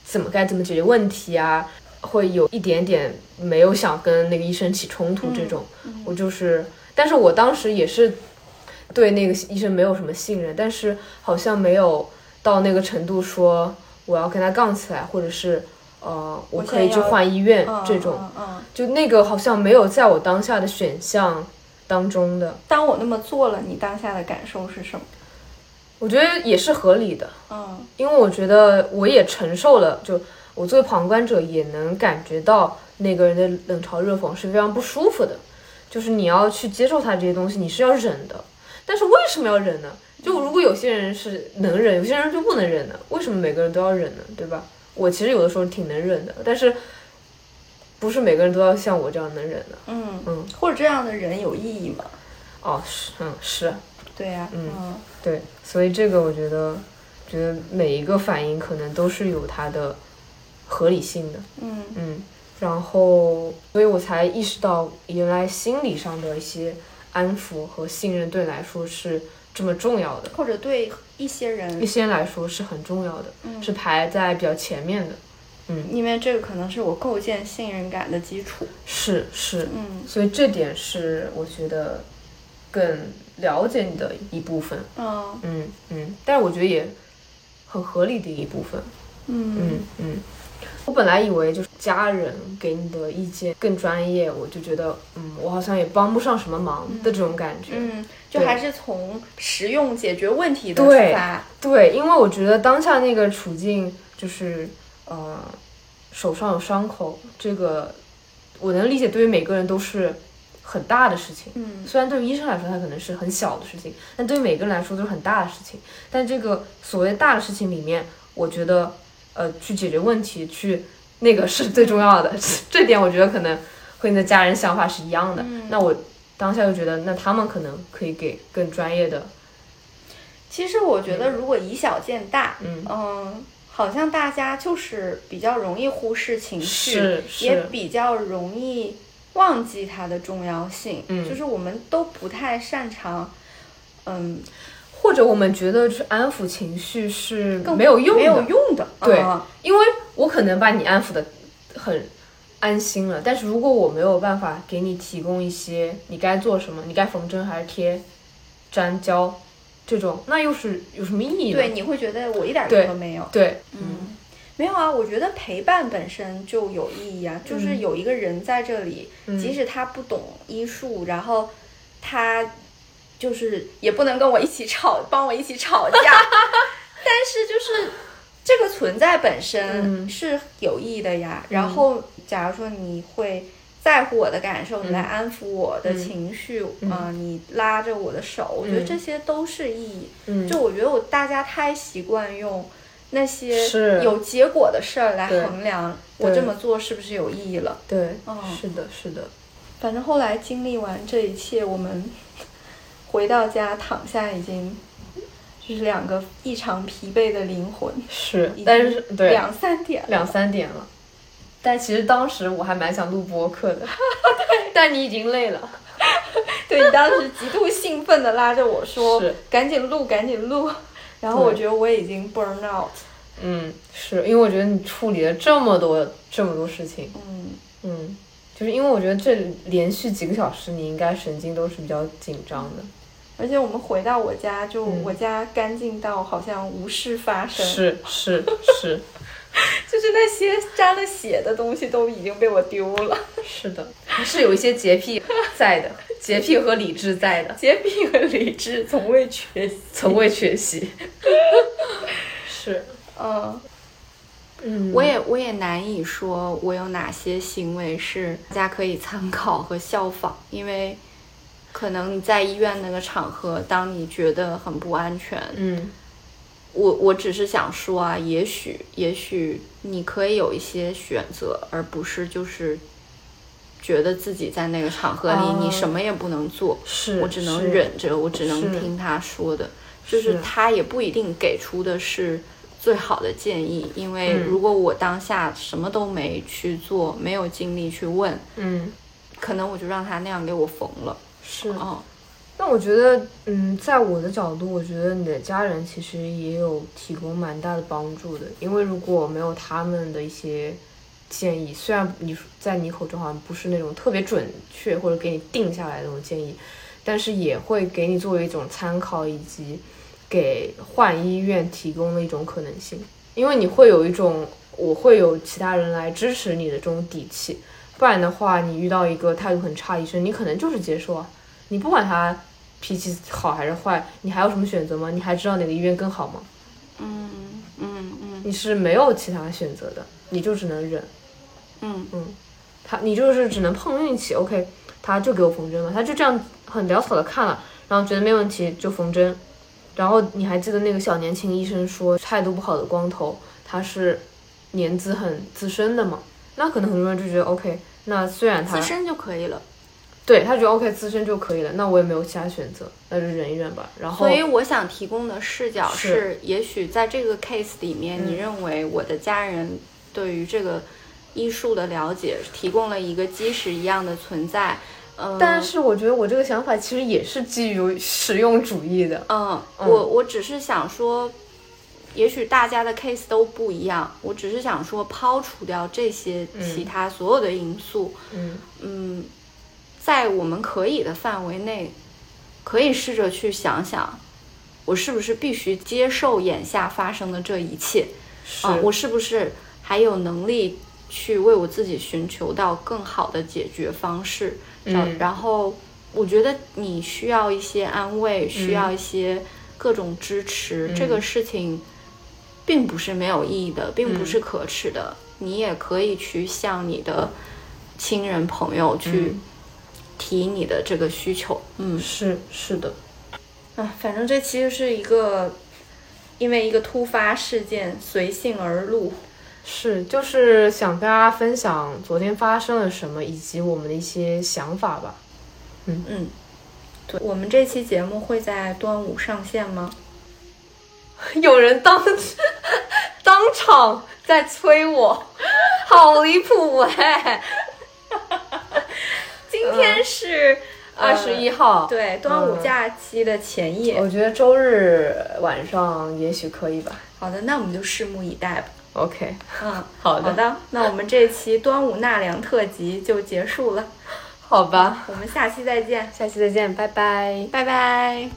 怎么该怎么解决问题啊，会有一点点没有想跟那个医生起冲嗯突这种，我就是，但是我当时也是对那个医生没有什么信任，但是好像没有到那个程度说我要跟他杠起来，或者是呃，我现可以在去要换医院嗯这种，嗯嗯，就那个好像没有在我当下的选项当中的，当我那么做了，你当下的感受是什么？我觉得也是合理的，嗯因为我觉得我也承受了，就我作为旁观者也能感觉到那个人的冷嘲热讽是非常不舒服的，就是你要去接受他这些东西，你是要忍的。但是为什么要忍呢？就如果有些人是能忍，有些人就不能忍呢？为什么每个人都要忍呢？对吧？我其实有的时候挺能忍的，但是不是每个人都要像我这样能忍的。嗯嗯，或者这样的人有意义吗？哦，是，嗯，是。对呀、嗯嗯对，所以这个我觉得，觉得每一个反应可能都是有它的合理性的，嗯嗯，然后，所以我才意识到，原来心理上的一些安抚和信任对你来说是这么重要的，或者对一些人一，些人来说是很重要的，嗯是排在比较前面的，因为这个可能是我构建信任感的基础。是是，嗯所以这点是我觉得更了解你的一部分，嗯嗯嗯，但是我觉得也很合理的一部分。嗯嗯，嗯，我本来以为就是家人给你的意见更专业，我就觉得，嗯，我好像也帮不上什么忙的这种感觉。嗯，就对还是从实用解决问题的对出发。对，因为我觉得当下那个处境就是，呃，手上有伤口，这个我能理解，对于每个人都是很大的事情。嗯虽然对于医生来说，它可能是很小的事情，但对于每个人来说都是很大的事情。但这个所谓大的事情里面，我觉得，呃，去解决问题，去那个是最重要的。这点我觉得可能和你的家人想法是一样的。那我当下就觉得，那他们可能可以给更专业的，其实我觉得，如果以小见大，嗯嗯，好像大家就是比较容易忽视情绪是，是也比较容易忘记它的重要性。嗯就是我们都不太擅长，嗯，或者我们觉得去安抚情绪是更没有用的，没有用的。对嗯因为我可能把你安抚的很安心了，但是如果我没有办法给你提供一些你该做什么，你该缝针还是贴粘胶这种，那又是有什么意义呢？对，你会觉得我一点用对都没有。对嗯，没有啊，我觉得陪伴本身就有意义啊，嗯就是有一个人在这里，即使他不懂医术，然后他就是也不能跟我一起吵，帮我一起吵 架，但是就是这个存在本嗯身是有意义的呀。然后，假如说你会。在乎我的感嗯受，你来安抚我的情绪，啊、你拉着我的手，我觉得这些都是意义。嗯就我觉得我大家太习惯用那些是有结果的事儿来对衡量我对这么做是不是有意义了。对，哦是的，是的，反正后来经历完这一切，我们回到家躺下，已经就是两个异常疲惫的灵魂。是已经，但是对两三点了， 两三点了，但其实当时我还蛮想录播客的，但你已经累了。 对你当时极度兴奋的拉着我说是：“赶紧录，赶紧录。”然后我觉得我已经 burn out。嗯，是因为我觉得你处理了这么多这么多事情，嗯，嗯，就是因为我觉得这连续几个小时，你应该神经都是比较紧张的。而且我们回到我家，就嗯我家干净到好像无事发生，是是是就是那些沾了血的东西都已经被我丢了，是的，还是有一些洁癖在的，洁癖和理智在的，洁癖和理智从未缺席。从未缺席。是，嗯，嗯，呃我也我也难以说我有哪些行为是大家可以参考和效仿，因为可能你在医院那个场合，当你觉得很不安全，嗯我我只是想说啊，也许也许你可以有一些选择，而不是就是觉得自己在那个场合里、哦你什么也不能做，是，我只能是，忍着，我只能是听他说的，就是是他也不一定给出的是最好的建议，因为嗯如果我当下什么都没去做，没有精力去问，嗯可能我就让他那样给我缝了。是。哦，但我觉得，嗯，在我的角度，我觉得你的家人其实也有提供蛮大的帮助的，因为如果没有他们的一些建议，虽然你在你口中好像不是那种特别准确或者给你定下来的那种建议，但是也会给你作为一种参考，以及给换医院提供的一种可能性，因为你会有一种我会有其他人来支持你的这种底气，不然的话，你遇到一个态度很差的医生，你可能就是接受啊。你不管他脾气好还是坏，你还有什么选择吗？你还知道哪个医院更好吗？嗯嗯嗯你是没有其他选择的，你就只能忍。嗯，他你就是只能碰运气。OK，他就给我缝针嘛，他就这样很潦草的看了，然后觉得没问题就缝针。然后你还记得那个小年轻医生说态度不好的光头，他是年资很资深的嘛？那可能很多人就觉得 OK，那虽然他自身就可以了。对他觉得 OK 资深就可以了，那我也没有其他选择，那就忍一忍吧。然后所以我想提供的视角是，是嗯也许在这个 case 里面，你认为我的家人对于这个医术的了解提供了一个基石一样的存在。嗯，但是我觉得我这个想法其实也是基于实用主义的。嗯，我我只是想说，也许大家的 case 都不一样，我只是想说，抛除掉这些其他所有的因素，嗯嗯，在我们可以的范围内，可以试着去想想，我是不是必须接受眼下发生的这一切？是啊，我是不是还有能力去为我自己寻求到更好的解决方式？然嗯然后我觉得你需要一些安慰，需要一些各种支持。嗯这个事情并不是没有意义的，并嗯不是可耻的。你也可以去向你的亲人朋友嗯去提你的这个需求。嗯，是是的，啊，反正这期就是一个因为一个突发事件随性而录。是就是想跟大家分享昨天发生了什么，以及我们的一些想法吧。嗯，对，我们这期节目会在端午上线吗？ 有人当当场在 催我，好离谱哎！今天是二十一号，呃嗯对，端午假期的前夜。我觉得周日晚上也许可以吧。好的，那我们就拭目以待吧。 OK，嗯， 好好的，的，那我们这期端午纳凉特辑就结束了，好吧，我们下期再见，下期再见，拜拜。拜拜。